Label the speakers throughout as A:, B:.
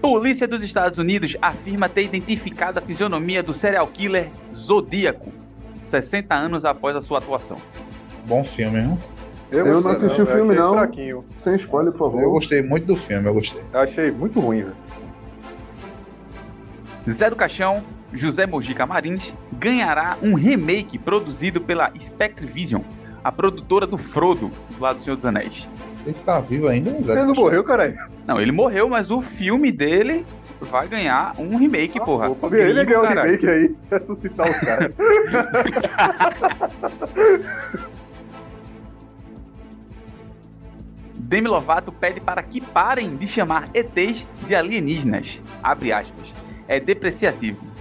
A: Polícia dos Estados Unidos afirma ter identificado a fisionomia do serial killer Zodíaco, 60 anos após a sua atuação.
B: Bom filme, né?
C: Eu, não
D: gostei,
C: assisti o
D: eu
C: filme,
D: achei
C: não.
D: fraquinho.
C: Sem spoiler, por
B: Eu
C: favor.
B: gostei muito do filme, eu gostei.
D: Eu achei muito ruim, velho.
C: Tá
A: Zé do Caixão, José Mojica Marins, ganhará um remake produzido pela Spectre Vision, a produtora do Frodo, lá do Senhor dos Anéis.
B: Ele tá vivo ainda, Zé?
D: Ele não morreu, caralho.
A: Não, ele morreu, mas o filme dele vai ganhar um remake, porra.
D: Ah, Opa, ele
A: Gringo,
D: ganhou o
A: caralho.
D: remake aí, ressuscitar os caras.
A: Demi Lovato pede para que parem de chamar ETs de alienígenas. Abre aspas. É depreciativo.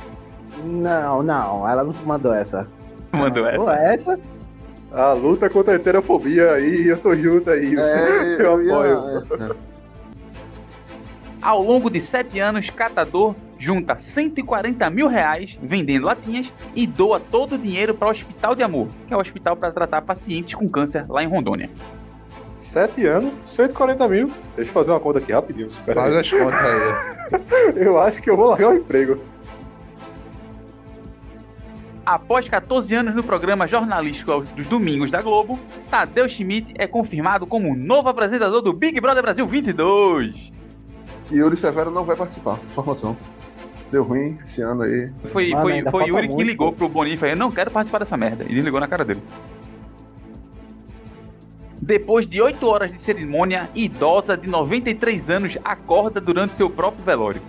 E: Não, não, ela não mandou essa.
D: Ah,
A: Mandou essa.
E: Pô, essa?
D: A luta contra a heterofobia aí, eu tô junto aí.
C: É,
D: eu
C: ia-
D: apoio.
C: é, é.
A: Ao longo de sete anos, catador junta 140 mil reais vendendo latinhas e doa todo o dinheiro para o Hospital de Amor, que é o hospital para tratar pacientes com câncer lá em Rondônia.
D: Sete anos, 140 mil. Deixa eu fazer uma conta aqui rapidinho. Espera
B: Faz
D: aí.
B: as contas aí.
D: Eu acho que eu vou largar o emprego.
A: Após 14 anos no programa jornalístico aos- dos domingos da Globo, Tadeu Schmidt é confirmado como o novo apresentador do Big Brother Brasil 22.
C: Que Yuri Severo não vai participar. Informação. Deu ruim esse ano aí.
A: Foi,
E: Mano,
A: foi,
E: ainda
A: foi
E: falta
A: Yuri que
E: muito.
A: ligou pro Boninho e falou: Eu não quero participar dessa merda. E desligou na cara dele. Depois de 8 horas de cerimônia, idosa de 93 anos acorda durante seu próprio velório.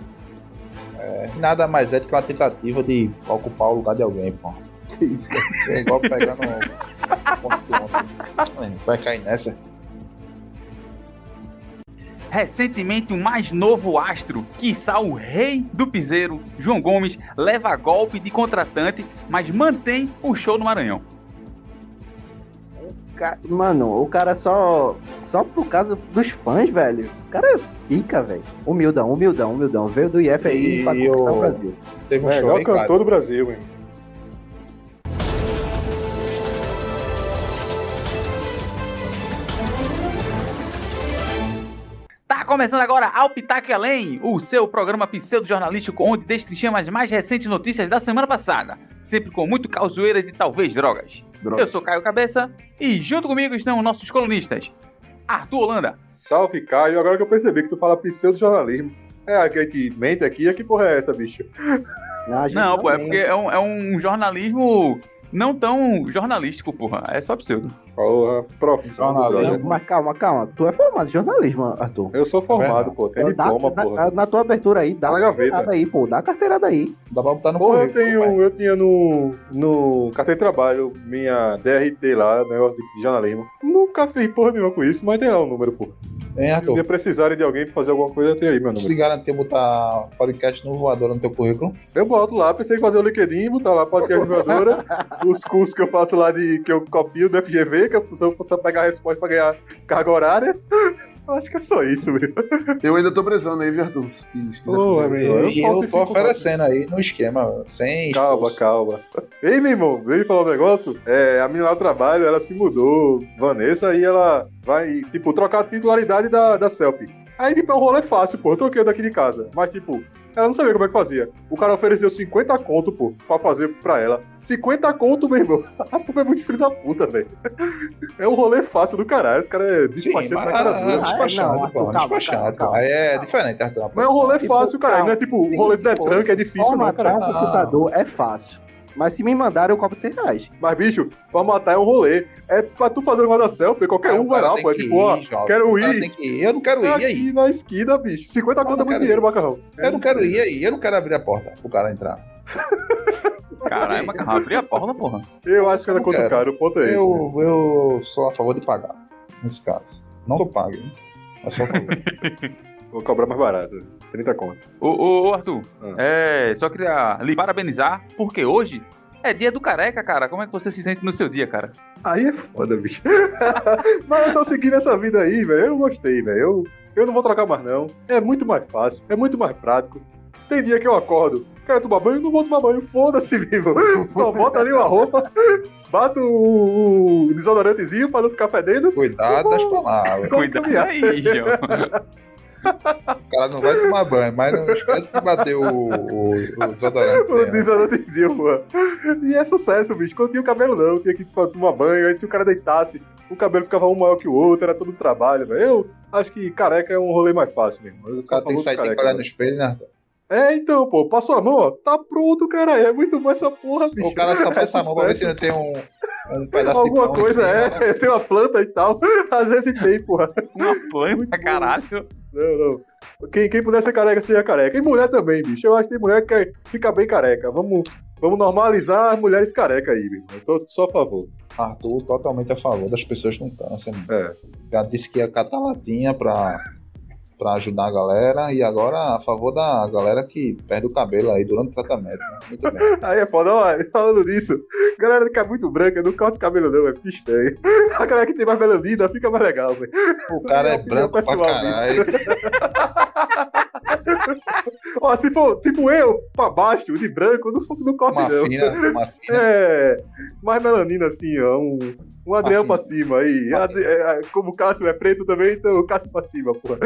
B: Nada mais é do que uma tentativa de ocupar o lugar de alguém, pô.
C: Que isso?
B: É igual pegar no. ponto do ombro. Mano, Vai cair nessa.
A: Recentemente, o mais novo astro, quiçá o rei do piseiro, João Gomes, leva golpe de contratante, mas mantém o show no Maranhão.
E: Ca- Mano, o cara só. Só por causa dos fãs, velho. O cara é pica, velho. Humildão, humildão, humildão. Veio do IF aí
B: E
E: pra conquistar
B: o-
E: o Brasil.
B: Teve um show
D: Melhor
B: bem caro.
D: É, cantor do Brasil, hein?
A: Tá começando agora Ao Pitaco e Além, o seu programa pseudo-jornalístico onde destrinchamos as mais recentes notícias da semana passada, sempre com muito causueiras e talvez drogas.
C: Droga.
A: Eu sou Caio Cabeça e junto comigo estão nossos colunistas, Arthur Holanda,
D: Salve, Caio. Agora que eu percebi que tu fala pseudo-jornalismo. É, a gente mente aqui, é que porra é essa, bicho?
E: a gente
A: Não, pô, é
E: também.
A: porque é um, é um jornalismo não tão jornalístico, porra. É só pseudo.
D: Porra, profundo,
B: Jornalismo.
D: brother.
E: Mas calma, calma. Tu é formado em jornalismo, Arthur.
D: Eu sou formado,
B: É Verdade.
D: pô. Tem diploma,
E: na,
D: porra.
E: na tua abertura aí, dá
D: Tá
E: a
D: na
E: carteirada
D: gaveta.
E: aí, pô. Dá a carteirada aí.
B: Dá pra botar no
D: Porra, eu
B: currículo, pai.
D: tenho, eu tinha no, no carteira de trabalho minha DRT lá, negócio de, de jornalismo. Nunca fiz porra nenhuma com isso, mas tem lá o número, pô.
B: Hein,
D: Se um
B: Arthur?
D: dia precisarem de alguém pra fazer alguma coisa, tem aí meu
B: Se
D: número.
B: garantir né, botar podcast no voador no teu currículo.
D: Eu boto lá, pensei em fazer o LinkedIn, botar lá podcast voadora, os cursos que eu faço lá de que eu copio do FGV, que eu só, só pegar a resposta pra ganhar carga horária. Eu Acho que é só isso, meu.
C: Eu ainda tô precisando aí, Arthur. Se quiser
D: Ô,
C: fazer.
D: amigo. Eu
B: E eu,
D: falsifico
B: tô oferecendo aí no esquema, sem.
D: Calma,
B: esforço.
D: calma. Ei, meu irmão, veio falar um negócio? É, a menina lá do trabalho, ela se mudou, Vanessa, e ela vai, tipo, trocar a titularidade da, da CELP. Aí, tipo, é um rolê fácil, pô. Eu troquei daqui de casa. Mas, tipo, ela não sabia como é que fazia. O cara ofereceu 50 conto, pô, pra fazer pra ela. 50 conto, meu irmão. A porra é muito filho da puta, velho. É um rolê fácil do caralho. Esse cara é
B: Sim,
D: despachante
B: mas
D: na cara dura.
E: Ah,
B: despachado,
E: não, Arthur,
B: porra,
E: calma,
B: despachado.
E: calma,
B: Aí é
E: calma.
B: diferente, Arthur.
D: Mas é um rolê
E: Tipo,
D: fácil, cara. Não é tipo, o
E: sim,
D: rolê do
E: sim,
D: Detran, que é difícil, não, cara.
E: Formatar um
B: cara.
E: computador é fácil. Mas se me mandaram, eu cobro 100 reais.
D: Mas, bicho, formatar é um rolê. É pra tu fazer um negócio da selfie, qualquer
B: Aí o
D: um vai
B: cara
D: lá,
B: tem
D: pô. É
B: que
D: tipo, ó,
B: ir, jovem.
D: quero
B: O cara
D: ir.
B: tem que ir. Eu não quero
D: é
B: ir, e aí?
D: aqui né, na esquina, bicho. 50
B: não
D: conto é muito
B: quero
D: dinheiro,
B: ir.
D: macarrão.
B: Eu não quero ir aí, eu não quero abrir a porta pro cara entrar.
A: Caralho, macarrão, abri a porta, porra.
D: Eu acho que era
B: Não
D: quanto
B: quero.
D: caro, o ponto é esse.
B: Eu, eu sou a favor de pagar, nesse caso. Não que eu pague, hein? mas só a favor.
D: Vou cobrar mais barato. 30 conto.
A: Ô, ô, ô, Arthur,
D: Ah.
A: é, só queria lhe parabenizar, porque hoje é dia do careca, cara. Como é que você se sente no seu dia, cara?
D: Aí é foda, bicho. Mas eu tô seguindo essa vida aí, velho. Eu gostei, velho. Eu, eu não vou trocar mais, não. É muito mais fácil, é muito mais prático. Tem dia que eu acordo, quero tomar banho, não vou tomar banho. Foda-se, vivo. Só bota ali uma roupa, bato um, o o desodorantezinho pra não ficar fedendo.
B: Cuidado das palavras.
D: Vou
A: Cuidado
D: caminhar.
A: aí, ó.
B: O cara não vai tomar banho, mas não esquece de bater o, o, o desodorante.
D: O
B: né?
D: desodorantezinho, porra. E é sucesso, bicho. Quando tinha o cabelo, não. Tinha que tomar banho. Aí se o cara deitasse, o cabelo ficava um maior que o outro. Era todo um trabalho, velho. Eu acho que careca é um rolê mais fácil, meu irmão. Eu
B: O
D: só
B: cara tem
D: falo
B: que
D: de
B: sair, tem que
D: careca,
B: olhar
D: né?
B: no espelho, né? Arthur?
D: É, então, pô. Passou a mão, ó. Tá pronto, cara. É muito bom essa porra, bicho.
B: O cara só passa a mão pra ver
D: sucesso.
B: se não tem um, um pedaço
D: Alguma
B: de pão.
D: coisa,
B: assim,
D: é. Tem uma planta e tal. Às vezes tem, porra.
A: Uma planta, caralho.
D: Não, não. Quem, quem puder ser careca, seja careca. E mulher também, bicho. Eu acho que tem mulher que quer- fica bem careca. Vamos, vamos normalizar as mulheres careca aí, bicho. Eu tô só a favor.
B: Arthur totalmente a favor das pessoas com câncer. mano.
D: É.
B: Já disse que ia catar latinha pra, pra ajudar a galera e agora a favor da galera que perde o cabelo aí durante o tratamento. né? Muito bem.
D: Aí é foda, ó, falando nisso. Galera que é muito branca, não corta o cabelo não, é fica estranho. A galera que tem mais melanina fica mais legal, velho.
B: O cara é
D: Opinião
B: branco pra
D: pessoal, bicho.
B: caralho.
D: Ó, se for tipo eu, pra baixo, de branco, não, não corte
B: Uma
D: não.
B: fina, uma fina.
D: É, mais melanina assim, ó. Um, um Adrião pra cima aí.
B: Ah,
D: Ad- é, é, como o Cássio é preto também, então o Cássio pra cima, porra.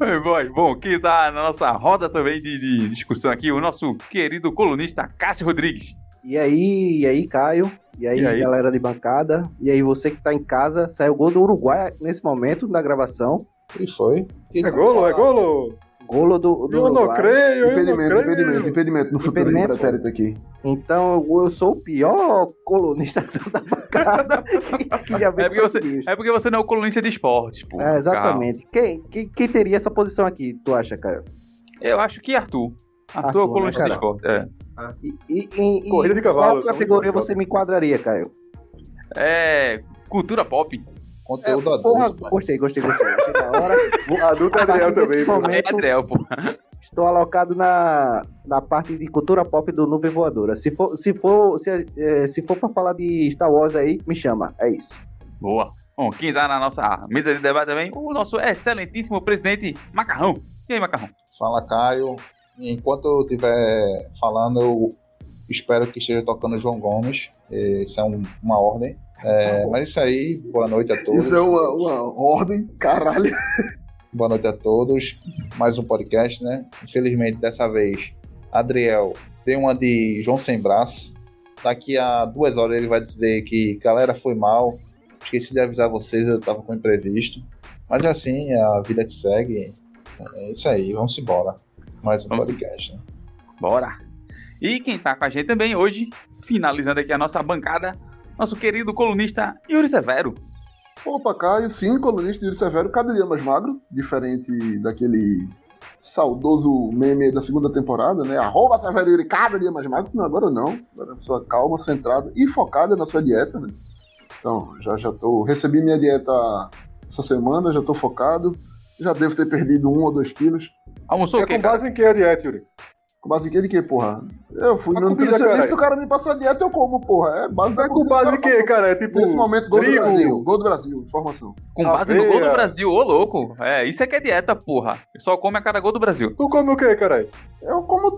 A: Oi, boy. Bom, quem tá na nossa roda também de, de discussão aqui, o nosso querido colunista Cássio Rodrigues.
E: E aí, e aí, Caio? E aí,
A: E aí?
E: galera de bancada? E aí, você que tá em casa? Saiu gol do Uruguai nesse momento da gravação.
B: E foi. E
D: É golo, é golo!
E: Golo do, do
D: Eu não
E: Uruguai.
D: creio, eu não
C: Impedimento, impedimento,
D: creio.
C: impedimento no futuro do
E: Impedimento.
C: pretérito aqui.
E: Então, eu sou o pior colunista da bancada que, que já veio
A: É porque
E: pra
A: você-
E: aqui.
A: É um porque você não é o colunista de esportes, pô.
E: É, exatamente. Quem, quem, quem teria essa posição aqui, tu acha, Caio?
A: Calma. Eu acho que é Arthur. Arthur,
E: Arthur,
A: é o colunista
E: né,
A: de
E: cara?
A: esportes. É.
E: E, e, e, e
D: Corrida de
E: qual
D: cavalos,
E: categoria
D: são muito
E: você me enquadraria, Caio?
A: É, Cultura pop.
B: Conteúdo
E: é, Porra,
B: adulto. mano.
E: gostei, gostei, gostei. Achei da hora.
D: Adulto
E: A
D: Adriel
E: partir desse
D: também, pô.
E: momento-
A: É Adriel, pô.
E: Estou alocado na, na parte de cultura pop do Nuvem Voadora. Se for, se for, se, eh, se for pra falar de Star Wars aí, me chama. É isso.
A: Boa. Bom, quem tá na nossa mesa de debate também, o nosso excelentíssimo presidente Macarrão. E aí, Macarrão?
B: Fala, Caio. Enquanto eu estiver falando, eu espero que esteja tocando João Gomes. Eh, Isso é um- uma ordem. Eh, mas isso aí, boa noite a todos.
C: Isso é uma, uma ordem, caralho.
B: Boa noite a todos. Mais um podcast, né? Infelizmente, dessa vez, Adriel tem uma de João Sem Braço. Daqui a duas horas ele vai dizer que galera foi mal. Esqueci de avisar vocês, eu tava com imprevisto. Mas é assim, a vida que segue. É isso aí, vamos embora. Mais um
A: Vamos.
B: podcast. Né?
A: Bora! E quem tá com a gente também hoje, finalizando aqui a nossa bancada, nosso querido colunista Yuri Severo.
C: Opa, Caio, sim, colunista de Yuri Severo, cada dia mais magro, diferente daquele saudoso meme da segunda temporada, né? Arroba Severo Yuri, cada dia mais magro. Não, agora não. Agora é uma pessoa calma, centrada e focada na sua dieta, né? Então, já, já tô... Recebi minha dieta essa semana, já tô focado. Já devo ter perdido um ou dois quilos.
A: Almoçou
D: É
A: o quê,
D: com
A: cara?
D: base em que, Adriel, Yuri?
C: Com base em que de que, porra? Eu fui
D: A
C: no
D: comida,
C: nutricionista,
D: caralho.
C: o cara me passou a dieta, eu como, porra. É base da
D: É com base em que, cara? É tipo.
C: Nesse momento, gol
D: trigo.
C: do Brasil. Gol do Brasil, informação.
A: Com base no
D: Aveia.
A: gol do Brasil, ô louco! É, isso é que é dieta, porra. Só come a cada gol do Brasil.
D: Tu come o que, caralho?
C: Eu como.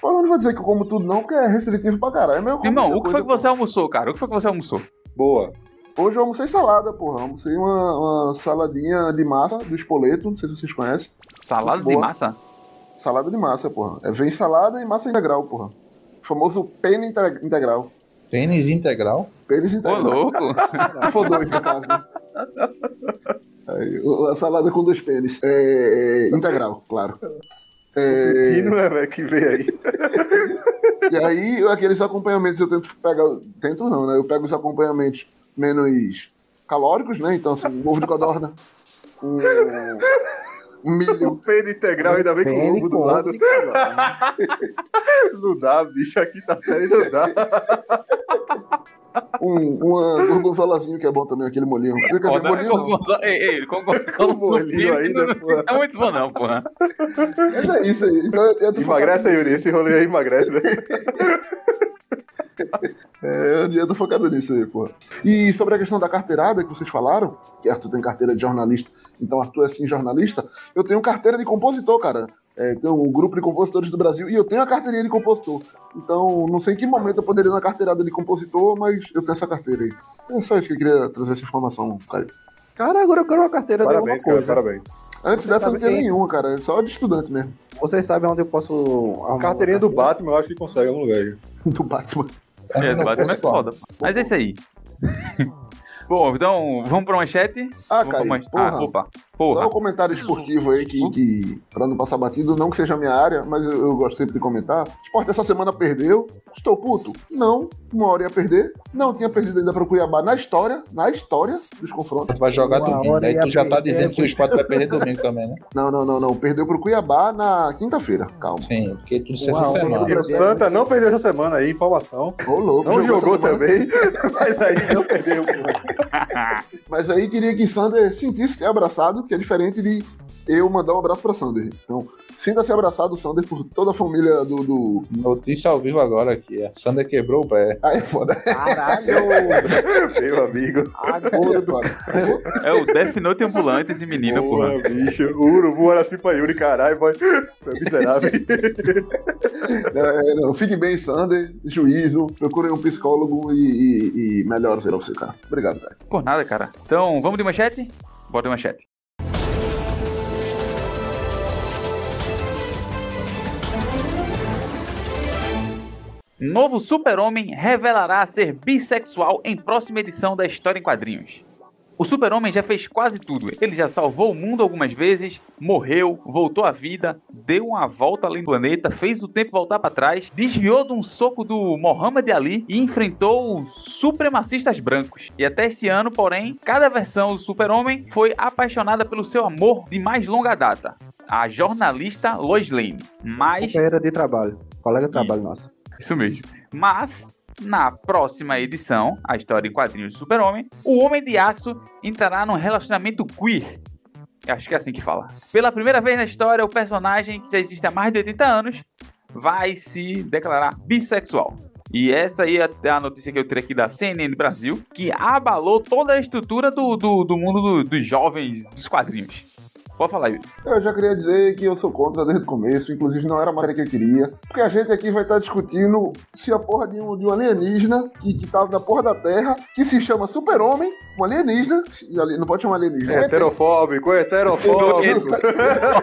C: Pô, Eu não vou dizer que eu como tudo, não, porque é restritivo pra caralho. Mas eu como
A: Irmão,
C: muita
A: o que foi
C: coisa,
A: que você
C: porra.
A: almoçou, cara? O que foi que você almoçou?
D: Boa.
C: Hoje eu almocei salada, porra. Almocei uma, uma saladinha de massa do espoleto, não sei se vocês conhecem.
A: Salada de
C: Boa.
A: massa?
C: Salada de massa, porra. É, vem salada e massa integral, porra. O famoso pena inte- integral.
B: Tênis integral.
C: Pênis
A: Ô
C: integral.
A: louco!
C: Se for dois, no caso, né? Aí, o- a salada com dois pênis. É, é, integral, claro. É,
D: E não é, velho, que vem aí.
C: E aí, eu- aqueles acompanhamentos eu tento pegar. Tento não, né? Eu pego os acompanhamentos menos calóricos, né? Então, assim, um ovo de codorna, um um
D: O
C: milho.
D: pênis integral, ainda bem com o
E: Pene
D: lobo do
E: com
D: lado.
E: ovo de cavalo.
D: Não dá, bicho, aqui tá sério, não dá.
C: Um, uma gorgonzolazinho, que é bom também, aquele molinho. Quer dizer,
A: Foda,
C: molinho não.
A: é gorgonzola- Ei, ei, com
D: Com
A: gorgonzola
D: o bolinho
A: no
D: ainda,
A: milho,
D: porra.
A: Não é muito bom, não, porra.
C: Mas é isso aí. Então, eu tento
D: Emagrece aí, Yuri. Esse rolê aí emagrece, né?
C: É, eu- eu tô focado nisso aí, porra. E sobre a questão da carteirada que vocês falaram, que Arthur tem carteira de jornalista, então Arthur é sim jornalista, eu tenho carteira de compositor, cara. É, tem um grupo de compositores do Brasil e eu tenho a carteirinha de compositor. Então, não sei em que momento eu poderia ir na carteirada de compositor, mas eu tenho essa carteira aí. É só isso que eu queria trazer essa informação, Caio.
E: Cara, agora eu quero uma carteira
D: Parabéns,
E: de
D: cara,
E: alguma coisa.
D: parabéns.
C: Antes
E: Você
C: dessa não
E: sabe
C: tinha
E: quem?
C: nenhuma, cara. É Só de estudante mesmo.
E: Vocês sabem onde eu posso
D: A
E: arrumar
D: carteirinha do
E: uma carteira?
D: Batman eu acho que consegue em algum lugar.
C: Do Batman.
A: É,
B: Não,
A: Batman é
B: pessoal.
A: foda. pô. Mas é isso aí. Bom, então vamos pra manchete?
C: Ah,
A: Vamos pra
C: Caio,
A: manchete.
C: porra.
A: Ah, opa.
C: Só
A: Porra.
C: um comentário esportivo aí que, que, pra não passar batido, não que seja a minha área, mas eu, eu gosto sempre de comentar. Esporte essa semana perdeu. Estou puto? Não, uma hora ia perder. Não tinha perdido ainda para o Cuiabá na história, na história dos confrontos.
B: Tu vai jogar
E: Uma
B: domingo,
E: hora
B: aí
E: ia
B: tu já tá
E: perder,
B: dizendo que o esporte vai perder domingo também, né?
C: Não, não, não, não. Perdeu para o Cuiabá na quinta-feira. Calma.
B: Sim, porque tu disse
E: Uma
B: essa
E: hora
B: semana.
D: E o Santa não perdeu essa semana aí, informação.
C: Ô, louco.
D: Não jogou,
C: essa semana.
D: também, mas aí não perdeu.
C: Mas aí queria que Sander sentisse abraçado, que é diferente de eu mandar um abraço para Sander. Então, sinta-se abraçado, Sander, por toda a família do. do...
B: Notícia ao vivo agora aqui. A Sandra quebrou o pé.
C: Ah, é foda.
E: Caralho!
D: Meu amigo.
C: É
E: Agora do
A: É o Death Note ambulante esse menino, porra.
D: Porra, bicho. O urubu era assim pra Yuri, caralho, mas. Tá miserável.
C: É, não, fique bem, Sander, juízo, procure um psicólogo e, e, e melhor será você, cara. Obrigado, cara.
A: Por nada, cara. Então, vamos de manchete? Bora de manchete. Novo super-homem revelará ser bissexual em próxima edição da História em Quadrinhos. O super-homem já fez quase tudo. Ele já salvou o mundo algumas vezes, morreu, voltou à vida, deu uma volta além do planeta, fez o tempo voltar pra trás, desviou de um soco do Muhammad Ali e enfrentou os supremacistas brancos. E até este ano, porém, cada versão do super-homem foi apaixonada pelo seu amor de mais longa data, a jornalista Lois Lane. Mas
E: Carteira de trabalho. Colega de trabalho nosso.
A: isso mesmo. Mas, na próxima edição, a história em quadrinhos do Super-Homem, o Homem de Aço entrará num relacionamento queer. Eu Acho que é assim que fala. Pela primeira vez na história, o personagem, que já existe há mais de 80 anos, vai se declarar bissexual. E essa aí é a notícia que eu tirei aqui da CNN Brasil, que abalou toda a estrutura do, do, do mundo do- dos jovens, dos quadrinhos. Pode falar, Yuri.
C: Eu já queria dizer que eu sou contra desde o começo, inclusive não era a matéria que eu queria, porque a gente aqui vai estar discutindo se a porra de um, de um alienígena que, que tava na porra da Terra, que se chama super-homem, um alienígena, e ali- não pode chamar alienígena, é,
D: Heterofóbico, heterofóbico.
C: um ET,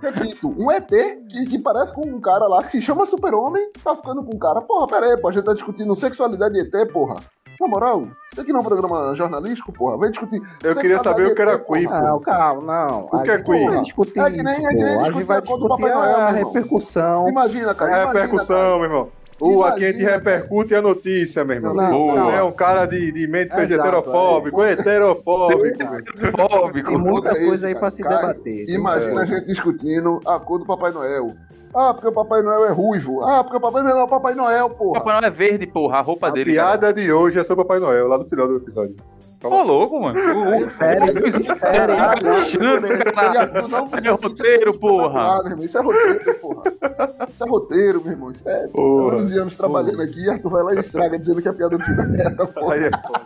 C: Repito, um ET que, que parece com um cara lá que se chama Super-Homem, tá ficando com um cara. Porra, pera aí, pô, a gente tá discutindo sexualidade de ET, porra. Na moral, isso aqui não é um programa jornalístico, porra. Vem discutir.
D: Eu queria saber o que era Queen, pô.
E: Não, calma, não.
D: O que
E: A
D: é
E: gente
D: Queen?
E: não vai discutir
C: É que nem-
E: isso,
C: é que nem
E: pô. A
C: discutir
E: gente vai
C: a cor do Papai
E: discutir
C: Noel,
E: a
C: meu irmão.
E: repercussão.
C: Imagina,
D: É
C: cara.
D: a
C: imagina, cara.
D: repercussão, meu irmão. O aqui a gente
C: Imagina, cara.
D: repercute a notícia, meu irmão.
E: Não,
D: O
E: não.
D: é um cara de, de mente fez
E: Exato,
D: heterofóbico, heterofóbico. meu.
A: Óbvio.
E: Tem muita
C: Olha isso,
E: coisa aí pra
C: cara.
E: se
C: Cara,
E: debater. Tem
C: Imagina a gente discutindo a cor do Papai Noel. Ah, porque o Papai Noel é ruivo. Ah, porque o Papai Noel é o Papai Noel,
A: O
C: porra.
A: Papai Noel é verde, porra, a roupa
D: A
A: dele. cara.
D: piada de hoje é sobre o Papai Noel, lá no final do episódio.
A: Ô, louco, mano. O, o,
E: Férias, férias.
C: Caralho,
A: Puxando,
D: Tá. é
C: é tá
A: cara.
C: Viado, tu não assim, fez
A: Meu
C: assim,
A: roteiro,
C: isso é
A: porra.
C: espetacular, meu irmão. Isso é roteiro, porra. Isso é roteiro, meu irmão. Isso é
D: Porra.
C: 11 anos trabalhando aqui, e Arthur vai lá e estraga dizendo que a piada do filho é essa, porra.
D: Aí é foda.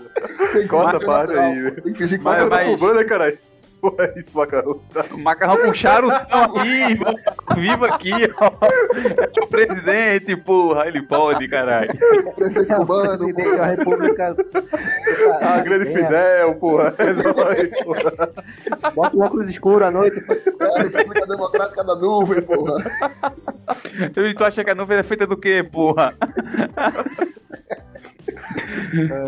C: Tem que
D: Corta
C: fazer
D: a parte
C: natural.
D: aí, velho.
C: Tem que fingir que
D: Mas,
C: foi
A: mas-
D: mas... Cubana, caralho. Pô, é isso, macarrão.
A: Macarrão com charutão aqui, mano. vivo aqui, ó. É o presidente, porra. Ele pode, caralho.
C: presidente
E: O
C: cubano,
E: presidente da República.
D: Ah, grande Fidel, porra. É nóis, porra.
E: Bota um óculos escuro à noite.
C: porra. República Democrática da Nuvem, porra.
A: E tu acha que a nuvem é feita do quê, porra?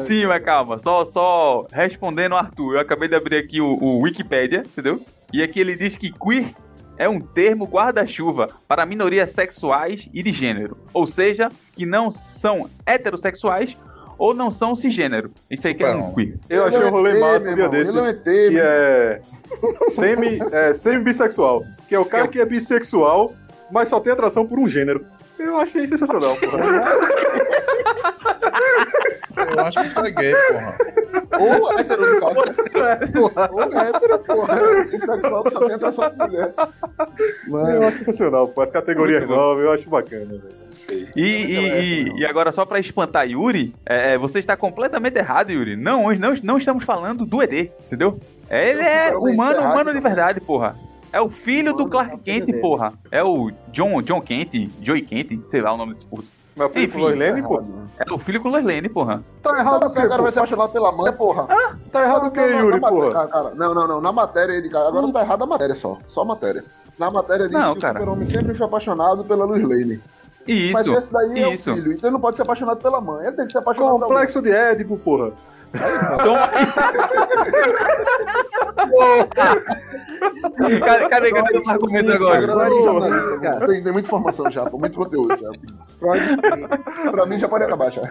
A: Sim, mas calma, só, só respondendo o Arthur. Eu acabei de abrir aqui o, o Wikipedia, entendeu? E aqui ele diz que queer é um termo guarda-chuva para minorias sexuais e de gênero. Ou seja, que não são heterossexuais ou não são cisgênero. Isso aí que é um
B: Não.
A: queer.
D: Eu achei
C: Ele é
D: um rolê
C: ET,
D: massa um
C: meu
D: dia
C: irmão.
D: desse.
C: Ele é um ET,
D: que
C: meu
D: é semi, é semi-bissexual. Que é o cara que é bissexual, mas só tem atração por um gênero. Eu achei sensacional, porra.
B: Eu acho que isso é gay, porra.
C: Ou hétero, no caso.
D: é.
C: Ou hétero, porra. Sexual só tem atração por mulher.
D: Eu acho sensacional, pô. As categorias novas, eu acho bacana, velho.
C: então, é
A: E,
C: assim,
A: e- e- e agora, só pra espantar Yuri, é, é, você está completamente errado, Yuri. Não, hoje não, não estamos falando do ED, entendeu? Ele é
C: Totalmente
A: humano,
C: errado, então.
A: humano de
C: não.
A: verdade, porra. É o filho do
E: Humano,
A: Clark
E: é o filho
A: Kent,
E: dele.
A: porra. É o John, John Kent, Joey Kent, sei lá o nome desse porra.
D: Mas foi
A: Enfim.
D: com Loilene,
C: tá
D: pô.
A: Era o filho com Loilene, porra.
D: Tá errado
C: Errado
D: o
C: que agora vai
D: quê,
C: se apaixonar pela mãe, porra.
D: pô? Tá errado o quê, Yuri,
C: na matéria-
D: porra?
C: ah, cara, não, não, não. Na matéria, ele, cara, agora tá errada a matéria só. Só a matéria. Na matéria diz
A: Não,
C: que
A: cara.
C: o super-homem sempre foi apaixonado pela Luz Lane.
A: E
C: Mas
A: isso.
C: esse daí é o
A: isso.
C: filho, então ele não pode ser apaixonado pela mãe. Ele tem que se apaixonar pela mãe.
D: Complexo de Édipo, porra.
A: Cadê, cadê, cadê o argumento agora?
C: Agora,
E: Ô,
C: jornalista,
E: cara.
C: Tem, tem muita informação já, pô, muito conteúdo já. pra mim já pode acabar já.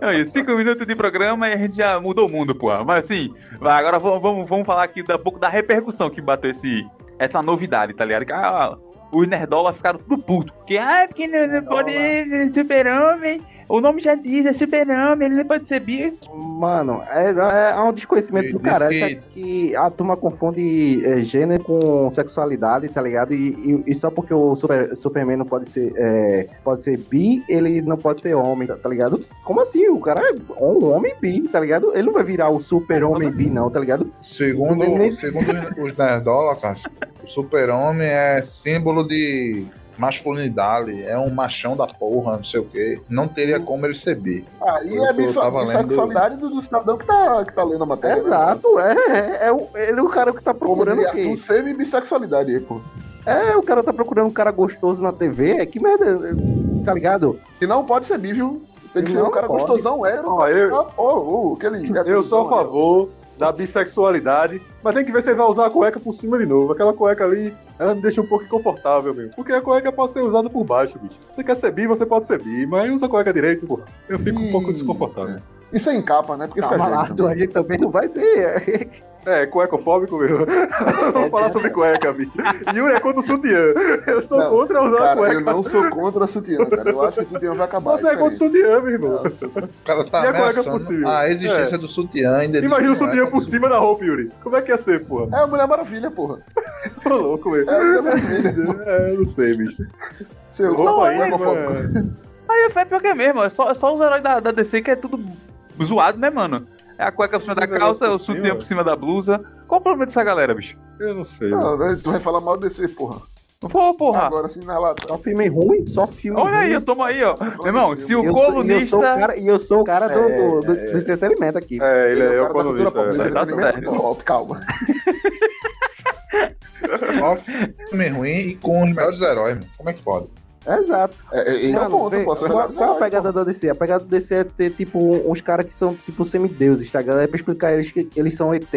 A: Aí, Cinco minutos de programa e a gente já mudou o mundo, porra. Mas assim, vai, agora vamos, vamos, vamos falar aqui da um pouco da repercussão que bateu esse, essa novidade, tá ligado? Que, ah, os nerdolas ficaram tudo puto. Porque, ah, porque não, não pode ser super-homem. O nome já diz, é super-homem, ele não pode ser bi.
E: Mano, é, é um desconhecimento
B: Ele
E: do
B: diz
E: caralho
B: que-
E: tá? que a turma confunde é, gênero com sexualidade, tá ligado? E, e- e só porque o super, Superman não pode ser, é, pode ser bi, ele não pode ser homem, tá, tá ligado? Como assim? O cara é um homem bi, tá ligado? Ele não vai virar o super-homem bi, não, tá ligado?
B: Segundo,
E: Não tem
B: segundo os nerdola, cara, o super-homem é símbolo de masculinidade, é um machão da porra, não sei o quê. Não teria como ele ser bi.
C: Aí
B: Eu
C: é
B: tô- tava
C: bissexualidade
B: lendo-
C: sexualidade do, do cidadão que tá, que tá lendo a matéria.
E: Exato, é, é, é o, ele é o cara que tá
C: Como
E: procurando
C: diria,
E: o quê?
C: tu semi-bissexualidade aí, pô.
E: É, o cara tá procurando um cara gostoso na TV, é que merda, tá ligado?
C: Que não pode ser bi, viu? Tem que ser
E: Não
C: um cara
E: pode.
C: gostosão, hétero.
D: Ó, eu,
C: Ah, oh, oh, aquele
D: eu sou a favor da bissexualidade, mas tem que ver se ele vai usar a cueca por cima de novo. Aquela cueca ali, ela me deixa um pouco inconfortável, meu. Porque a cueca pode ser usada por baixo, bicho. Você quer ser bi, você pode ser bi, mas usa a cueca direito, porra. Eu fico um pouco
C: Ih,
D: desconfortável.
C: Isso é em capa, né? Porque fica
E: Calma lá,
C: gente.
E: a gente Tá também não vai ser.
D: É, cuecofóbico, meu. Vamos falar sobre cueca, bicho. Yuri é contra o sutiã. Eu sou
C: Não,
D: contra usar a
C: Cara, eu
D: cueca.
C: não sou contra a sutiã, cara. Eu acho que o sutiã vai acabar.
D: Você é contra o
C: diferente.
D: sutiã, meu irmão.
B: O cara tá
D: E a cueca
B: ameaçando
D: possível?
B: a existência
D: É.
B: do sutiã ainda.
D: Imagina o
B: existe
D: sutiã
B: cueca.
D: por cima da roupa, Yuri. Como é que ia ser, porra?
C: É a Mulher Maravilha, porra.
D: Tô louco, meu.
C: É a Mulher Maravilha.
D: É, eu não sei, bicho.
C: Seu
D: Roupa
C: é
D: aí,
C: homofóbico.
D: mano.
A: Aí é pior que é mesmo, é só, é só os heróis da, da DC que é tudo zoado, né, mano? É a cueca por cima da
D: Tudo
A: calça, o
D: negócio por
A: sutiã
D: cima.
A: por cima da blusa. Qual o problema dessa galera, bicho?
D: Eu não sei. mano.
C: Não, né, tu vai falar mal desse, porra.
A: Pô, porra.
C: Agora sim tá. na lata.
E: Só filme ruim, só filme
A: Olha
E: ruim.
A: aí, toma aí, ó. Meu irmão, se o
E: eu sou, e eu
A: colunista.
E: sou o cara, e eu sou o cara do,
C: É,
E: do, do- do entretenimento aqui.
D: É, ele, é,
C: o
D: o
C: cara da cultura
D: economista.
C: pop,
D: é.
A: Tá
C: entretenimento
A: certo.
C: pop, Calma.
B: Só filme ruim e com os melhores heróis, mano. Como é que pode?
E: Exato.
C: É, é, Esse é o
E: Mano,
C: ponto,
E: vê,
C: pô. Só
E: qual,
C: relato-
E: qual a pegada do DC? A pegada do DC é ter, tipo, uns caras que são, tipo, semideuses, tá ligado? É pra explicar eles que eles são ET.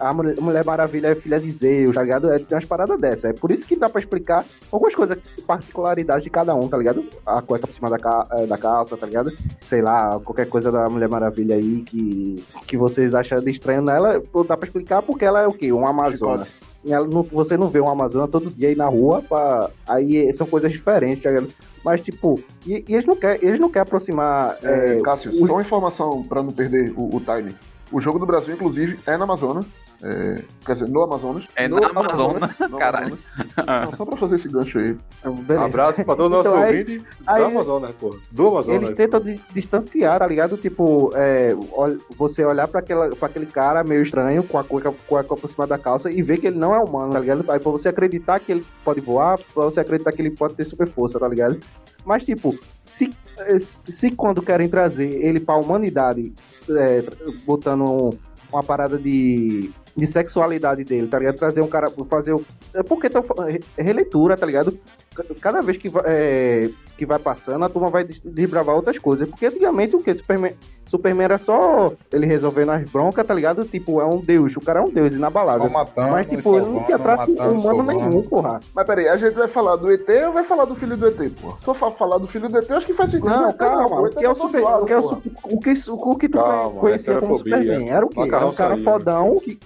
E: A Mulher Mulher Maravilha é filha de Zeus, tá ligado? É tem umas paradas dessa. É por isso que dá pra explicar algumas coisas, que- particularidades de cada um, tá ligado? A cueca por cima da, ca- eh, da calça, tá ligado? Sei lá, qualquer coisa da Mulher Maravilha aí que, que vocês acham de estranho nela, pô, dá pra explicar porque ela é o quê? Uma Amazona. Ela não- você não vê uma Amazona todo dia aí na rua, pra- aí eh, são coisas diferentes, tá ligado? Mas, tipo, e, e eles não querem eles não querem aproximar.
C: É,
E: eh,
C: Cássio, só uma informação pra não perder o, o time. O jogo do Brasil, inclusive, é na Amazonas. É, quer dizer, no Amazonas.
A: É
C: no
A: na Amazônia,
C: no
A: caralho.
C: Amazonas. Não, só pra fazer esse gancho aí.
D: É,
E: beleza.
D: Abraço pra todo nosso
E: Então, aí-
D: ouvinte
E: aí-
D: do Amazonas, né, porra? Do Amazonas.
E: Eles tentam di- distanciar, tá ligado? Tipo, é, ol- você olhar pra, aquela, pra aquele cara meio estranho, com a cueca, com a cueca por cima da calça, e ver que ele não é humano, tá ligado? Aí pra você acreditar que ele pode voar, pra você acreditar que ele pode ter super força, tá ligado? Mas, tipo, se, eh, se quando querem trazer ele pra humanidade, é, botando uma parada de, de sexualidade dele, tá ligado? Trazer um cara, fazer o... É porque tão, fa- re- releitura, tá ligado? Ca- Cada vez que vai, é, que vai passando, a turma vai des- desbravar outras coisas. Porque antigamente o que? Superman, Superman era só ele resolvendo as broncas, tá ligado? Tipo, é um deus, o cara é um deus
B: Só
E: inabalável.
B: matando,
E: Mas, tipo, ele não tinha traço
B: matando,
E: humano
B: salvando.
E: nenhum, porra.
C: Mas peraí, a gente vai falar do ET ou vai falar do filho do ET, pô? Se eu fa- falar do filho do ET, eu acho que faz sentido.
E: Não,
C: O ET
E: calma.
C: o
E: O
C: ET
E: que é o
C: tá
E: super.
C: zoado,
E: O que, é o,
C: porra.
E: super- o, que, o que tu
D: Calma,
E: conhecia como
D: heterofobia.
E: Superman? Era o quê? Era um
D: Macarrão
E: cara
D: saía.
E: fodão. Que,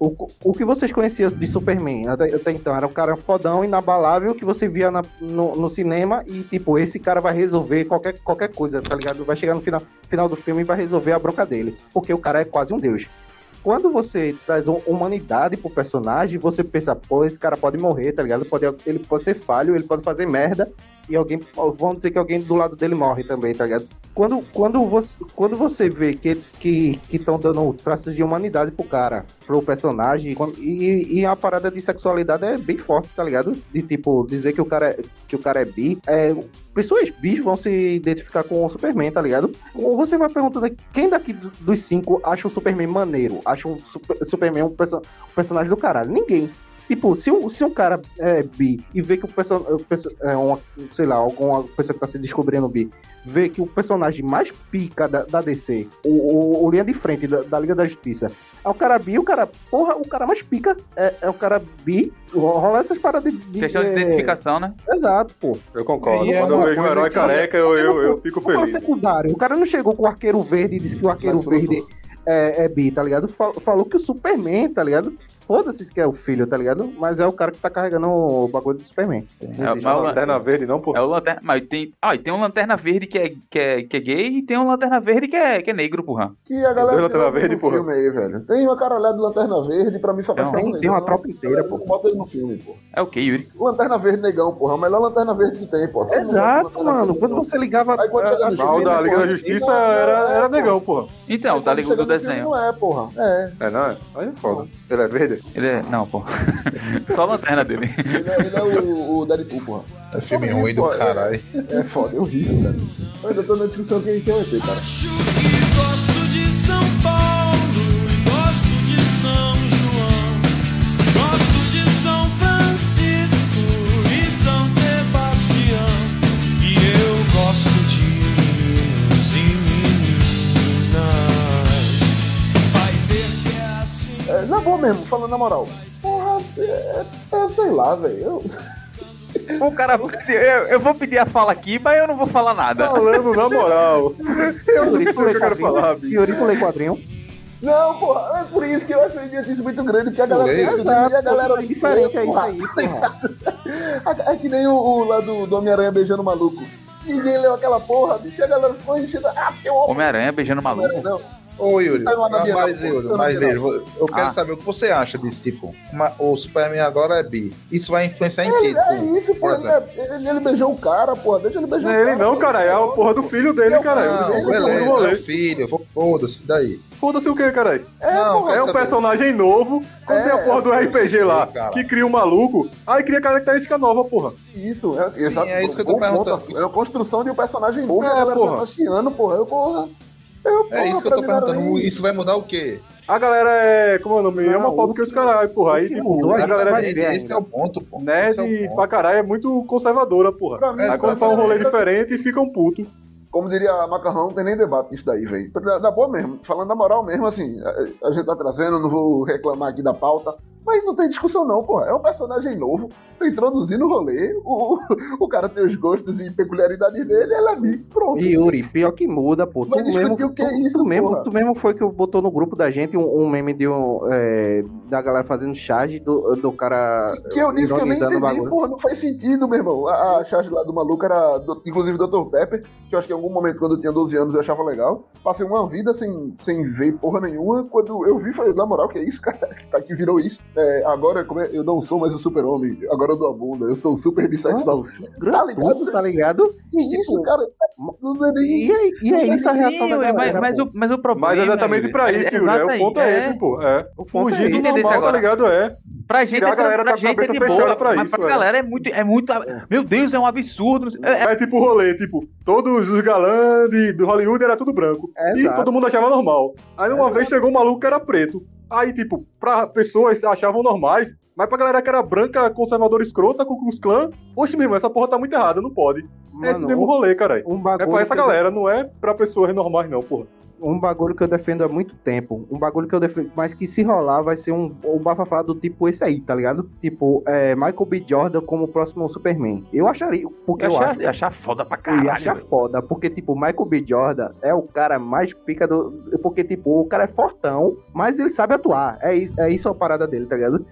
E: o, o que vocês conheciam de Superman até, até então? Era um cara fodão, inabalável, que você via na- no, no cinema e, tipo, esse cara vai resolver qualquer, qualquer coisa, tá ligado? Vai chegar no final, final do filme e vai resolver a bronca dele. Porque o cara é quase um deus. Quando você traz um- humanidade pro personagem, você pensa, pô, esse cara pode morrer, tá ligado? Pode, ele pode ser falho, ele pode fazer merda, e alguém. Vamos dizer que alguém do lado dele morre também, tá ligado? Quando, quando, você, quando você vê que estão que, que tão dando traços de humanidade pro cara, pro personagem, quando- e, e a parada de sexualidade é bem forte, tá ligado? De tipo, dizer que o cara é, que o cara é bi, é, pessoas bis vão se identificar com o Superman, tá ligado? Ou você vai perguntando aqui, quem daqui do- dos cinco acha o Superman maneiro? Acha o super, Superman um, perso- um personagem do caralho? Ninguém. Tipo, se um, se um cara é bi e vê que o personagem. É uma, sei lá, alguma pessoa que tá se descobrindo bi, vê que o personagem mais pica da, da DC, o, o, o linha de frente da, da Liga da Justiça, é o cara bi, o cara. Porra, o cara mais pica é, é o cara bi. Ro- Rola essas paradas de. de
A: Questão de
E: é,
A: identificação, né?
E: Exato, pô.
D: Eu concordo.
B: E é
D: Quando eu
E: uma
D: vejo um
E: coisa
D: herói
E: que-
D: careca, eu, eu, eu fico
E: Vamos falar
D: feliz.
E: secundário. O cara não chegou com o arqueiro verde e disse que o arqueiro
C: Mas pronto.
E: verde é, é bi, tá ligado? Fal- Falou que o Superman, tá ligado? Foda-se que é o filho, tá ligado? Mas é o cara que tá carregando o bagulho do Superman.
A: É,
E: Não
A: mas
E: existe.
A: o lan-
D: Lanterna verde, não, pô.
A: é o lanterna. Mas tem. Ah, e tem um lanterna verde que é, que é, que é gay e tem um lanterna verde que é, que é negro, porra.
C: Que a galera
D: Dois Lanterna
C: tirou do
D: Verde, porra.
C: filme aí, velho. Tem uma caralhada de Lanterna Verde, pra mim só vai
A: Não,
C: ser
E: tem-
C: um
E: tem uma
C: negão.
E: tropa inteira, pô.
C: Bota ele no filme, pô.
A: É o que, Yuri?
C: Lanterna Verde negão, porra. É o melhor Lanterna Verde que tem, pô. Todo mundo gosta
E: Exato,
C: de Lanterna
E: mano.
C: Verde,
E: Quando
C: pô.
E: você Ah, ligava.
C: Aí quando chega no
E: a- a-
D: Mal da Liga da Justiça né? era, era negão, porra.
A: Então,
C: Aí
A: tá
C: quando
A: ligado do
C: chega no filme,
A: desenho.
C: Não é, porra. É.
D: É, não é? Aí é foda. Ele é verde?
A: Ele é. Não, pô. Só a lanterna dele.
C: Ele é, ele é o, o Deadpool, porra.
E: né?
B: É filme ruim do caralho.
C: É foda, eu ri, velho. Eu ainda tô na discussão quem quem vai ser, cara.
F: Acho que gosto de São Paulo, gosto de São João, gosto de São Francisco e São Sebastião. E eu gosto de meninos e meninas. Vai ver que é assim.
C: É, na boa mesmo, falando na moral. Porra, é, é, sei lá, velho. Eu-
A: O cara. Eu, eu vou pedir a fala aqui, mas eu não vou falar nada.
D: Falando na moral. Eu não sei o que eu quero falar, bicho.
E: Fiorito lê quadrinho.
C: Não, porra, é por isso que eu acho a idiotice muito grande, porque a galera tem
B: Exato,
C: razão e a galera
E: é diferente, é isso aí, porra.
C: É é que nem o, o lá do, do Homem-Aranha beijando o maluco. Ninguém leu aquela porra, bicho. A galera ficou enchendo. Ah, porque eu amo
A: Homem-Aranha beijando maluco.
C: Homem-Aranha, não.
B: Ô, Yuri,
C: Sai lá na
B: mas,
C: Bienal,
B: mas,
C: pô,
B: Yuri,
C: sai na
B: mas veja,
C: Bienal.
B: eu quero
A: Ah.
B: saber o que você acha disso, tipo, uma- o Superman agora é bi. Isso vai influenciar em quê?
C: Ele, é
B: tipo,
C: isso, pô.
B: por
C: Ele,
B: exemplo?
C: é- ele- ele beijou o cara, porra. Deixa ele beijar
D: Não
C: o
D: é
C: cara.
D: ele não, cara. É a porra do filho dele, cara.
B: Não,
C: ele
B: beleza,
D: Ele
B: é Ah, o
D: rolê.
B: filho, foda-se, daí.
D: Foda-se o que, caralho?
C: É,
B: Não,
C: porra.
D: É um personagem novo, quando
C: É,
D: tem a porra do
C: é,
D: RPG lá,
B: cara.
D: que cria um maluco, aí cria característica nova, porra.
C: Isso, é, exato.
B: é isso que eu tô
C: bom ponto.
B: perguntando.
C: É a construção de um personagem novo.
D: É,
C: É, a galera
D: porra.
C: tá chiando, porra. Eu, porra. Eu, porra,
B: É isso que eu tô
C: pra mim,
B: perguntando.
C: aí.
B: Isso vai mudar o quê?
D: A galera é. Como é o nome? É uma
E: Não,
D: foto que os caras, porra. Aí,
E: que
D: tipo,
E: mudou,
D: a
E: gente
D: galera
E: vai-
B: Esse-
E: ver
B: Esse
E: ainda.
B: é o ponto, pô.
D: nerd
B: Esse é o ponto.
D: pra caralho é muito conservadora, porra.
C: Então, Pra mim, é
D: Aí quando
C: pra
D: faz um
C: mim,
D: rolê
C: pra-
D: diferente, ficam puto.
C: Como diria a Macarrão, não tem nem debate isso daí, velho. Na, na boa mesmo, falando na moral mesmo, assim, a, a gente tá trazendo, não vou reclamar aqui da pauta, mas não tem discussão não, porra. É um personagem novo, tô introduzindo o rolê, o, o cara tem os gostos e peculiaridades dele, ela me pronto.
E: Yuri, pior que muda, pô. Tu
C: Vai discutir
E: mesmo,
C: o que é
E: tu-
C: isso,
E: tu mesmo,
C: porra?
E: tu mesmo foi que botou no grupo da gente um, um meme de um, é, da galera fazendo charge do, do cara.
C: Que eu disse que eu nem
E: Ironizando o
C: entendi,
E: bagulho.
C: porra, não faz sentido, meu irmão. A, a charge lá do maluco era, do- inclusive, Dr. Pepper, que eu acho que em algum momento, quando eu tinha 12 anos, eu achava legal. Passei uma vida sem, sem ver porra nenhuma. Quando eu vi, falei, na moral, que é isso, cara? Tá que virou isso. É, agora, como é- eu não sou mais o super-homem, agora eu dou a bunda, eu sou o super bissexual. Tá
E: Puto,
C: ligado?
E: Ah, tá ligado?
C: Que isso, cara? Isso Não é nem...
E: E é, e é isso a
A: Sim,
E: reação da
A: Yuri,
E: galera.
A: mas, mas
E: pô.
A: o, mas o problema.
D: Mas exatamente
A: Yuri,
D: pra
A: é-
D: isso, Yuri. é, O
A: exatamente,
D: ponto é esse, pô. É.
E: ponto é
D: Fugir do
A: esse.
D: normal, tá
A: Agora.
D: ligado? É.
A: Pra gente,
D: a
A: é-
D: galera
A: pra
D: tá com a
A: gente é
D: cabeça
A: de
D: fechada
A: boa,
D: pra
A: mas
D: isso,
A: pra
D: é.
A: galera é muito, é muito. Meu Deus, é um absurdo. É, é-
D: É tipo rolê, tipo, todos os galãs de- do Hollywood era tudo branco.
E: É,
D: E
E: exato. É
D: todo mundo achava normal. Aí uma vez chegou um maluco que era preto. Aí, tipo, pra pessoas achavam normais, mas pra galera que era branca, conservadora escrota, com os clã, oxe, meu irmão, essa porra tá muito errada, não pode. é esse
E: Mano,
D: mesmo rolê, caralho.
E: um
D: É
E: bagulho
D: pra essa
E: que eu-
D: galera, não é pra pessoas normais, não, porra.
E: um bagulho que eu defendo há muito tempo. Um bagulho que eu defendo, mas que se rolar vai ser um, um bafafá do tipo esse aí, tá ligado? Tipo, é, Michael B. Jordan como o próximo Superman. Eu acharia, porque eu,
A: achar,
E: acho.
A: achar foda pra
E: Eu
A: caralho.
E: ia achar
A: velho.
E: foda, porque, tipo, Michael B. Jordan é o cara mais pica do. Porque, tipo, o cara é fortão, mas ele sabe atuar. É isso, é isso a parada dele, tá ligado?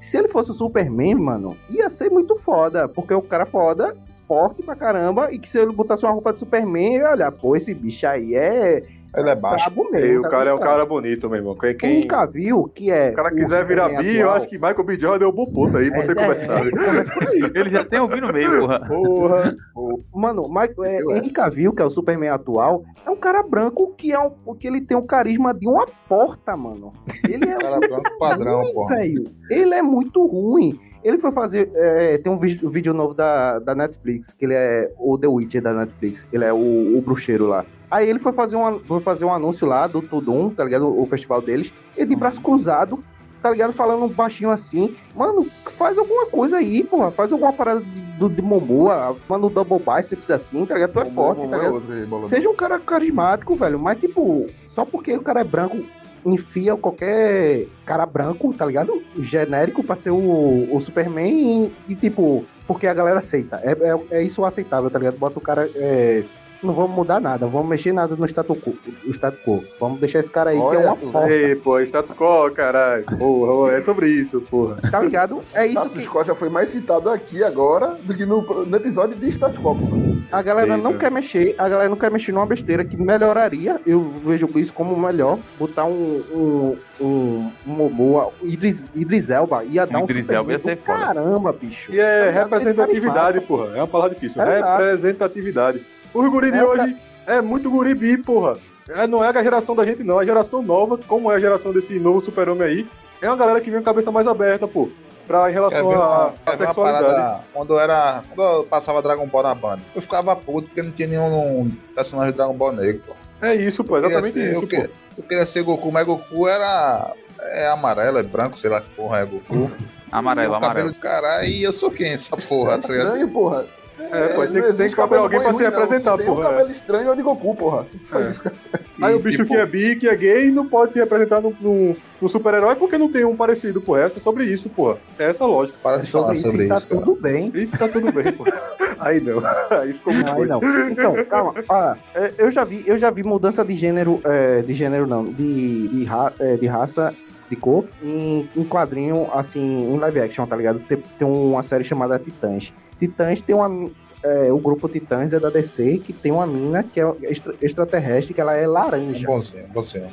E: Se ele fosse o Superman, mano, ia ser muito foda, porque o cara é foda, forte pra caramba, e que se ele botasse uma roupa de Superman, eu ia olhar, pô, esse bicho aí é,
B: Ele é baixo.
E: Brabo mesmo. tá
D: Ei, o cara é um
E: bonitão.
D: cara bonito, meu irmão. Quem,
E: Quem
D: quem...
E: nunca viu que Um é.
D: O cara quiser virar bi, eu acho que Michael B. Jordan é um bom ponto aí pra você
E: É, é,
D: conversar.
A: Ele já tem um vi no meio, porra.
D: Porra.
E: Mano, Mike, é, Henry Cavill, que é o Superman atual, é um cara branco que é um, que ele tem o carisma de uma porta, mano. Ele é um
B: Cara branco padrão,
E: ruim,
B: pô.
E: velho. Ele é muito ruim. Ele foi fazer. é, tem um vídeo, um vídeo novo da, da Netflix, que ele é o The Witcher da Netflix. Ele é o, o bruxeiro lá. Aí ele foi fazer, um, foi fazer um anúncio lá do Tudum, tá ligado? O festival deles. Ele de braço cruzado, tá ligado? Falando baixinho assim. Mano, faz alguma coisa aí, porra. Faz alguma parada de, do- de Momoa. Manda um double biceps assim, tá ligado? Tu é forte, tá ligado? Seja um cara carismático, velho, mas tipo, só porque o cara é branco, enfia qualquer cara branco, tá ligado? Genérico pra ser o, o Superman e, e, tipo, porque a galera aceita. É, é, é isso aceitável, tá ligado? Bota o cara. é, não vamos mudar nada, vamos mexer nada no status quo. o status quo. Vamos deixar esse cara aí que é uma
B: Olha,
E: porta,
D: Ei, pô, status quo, caralho. Porra, é sobre isso, porra.
E: tá ligado? É isso
C: Status
E: que
C: Quo já foi mais citado aqui agora do que no, no episódio de Status Quo.
E: a galera não
D: Respeito.
E: quer mexer, a galera não quer mexer numa besteira que melhoraria. Eu vejo isso como melhor. Botar um, um, um, um Momoa, Idris, Idris Elba, ia dar um
A: Idris
E: Superman
A: Elba ia
E: do
A: ser foda.
E: Caramba, bicho.
D: E é
E: Tá ligado? Ele
D: representatividade,
E: carismático.
D: porra. É uma palavra difícil.
E: Exato.
D: Representatividade. O guri de
E: É, o
D: hoje é muito guri bi, porra. É, não é a geração da gente, não. É a geração nova, como é a geração desse novo super-homem aí. É uma galera que vem com a cabeça mais aberta, pô. Pra, em
B: Quer
D: relação
B: ver
D: à
B: uma,
D: à
B: quer ver uma
D: sexualidade.
B: parada? Quando eu, era, quando eu passava Dragon Ball na banda, eu ficava puto porque não tinha nenhum personagem de Dragon Ball negro, pô.
D: É isso, pô.
B: Eu queria
D: Exatamente
B: ser-
D: isso,
B: eu
D: pô.
B: que- Eu queria ser Goku, mas Goku era é amarelo, é branco, sei lá que porra é Goku.
A: Amarelo,
B: E o cabelo
A: amarelo.
B: de Caralho, e eu sou quem essa porra, tá ligado?
C: Estranho, porra.
D: É, pô, tem
C: não
D: que- tem que
C: existe
D: escolher alguém
C: bom e
D: pra se
C: ruim, não.
D: representar,
C: Se tem
D: porra.
C: um cabelo estranho é o de Goku, porra. Só
D: É.
C: isso, cara.
D: Aí
B: E,
D: o bicho
B: tipo,
D: que é bi, que é gay, não pode se representar num, num- num super-herói porque não tem um parecido, porra. Essa é sobre isso, porra. É essa a lógica.
B: Para
E: É
B: de falar
E: sobre isso,
B: sobre
E: e
B: isso,
E: tá
B: cara.
E: tudo bem.
D: E tá tudo bem, porra. Aí não. Aí ficou muito
E: Aí
D: coisa.
E: não. Então, calma. Ah, é, eu já vi, eu já vi mudança de gênero, é, de gênero não, de, de, ra- é, de raça, de cor, em, em quadrinho, assim, em live action, tá ligado? Tem, tem uma série chamada Titãs. Titãs tem uma. mi- é, o grupo Titãs é da DC que tem uma mina que é extra- extraterrestre, que ela é laranja.
B: Bonzinho, bonzinho.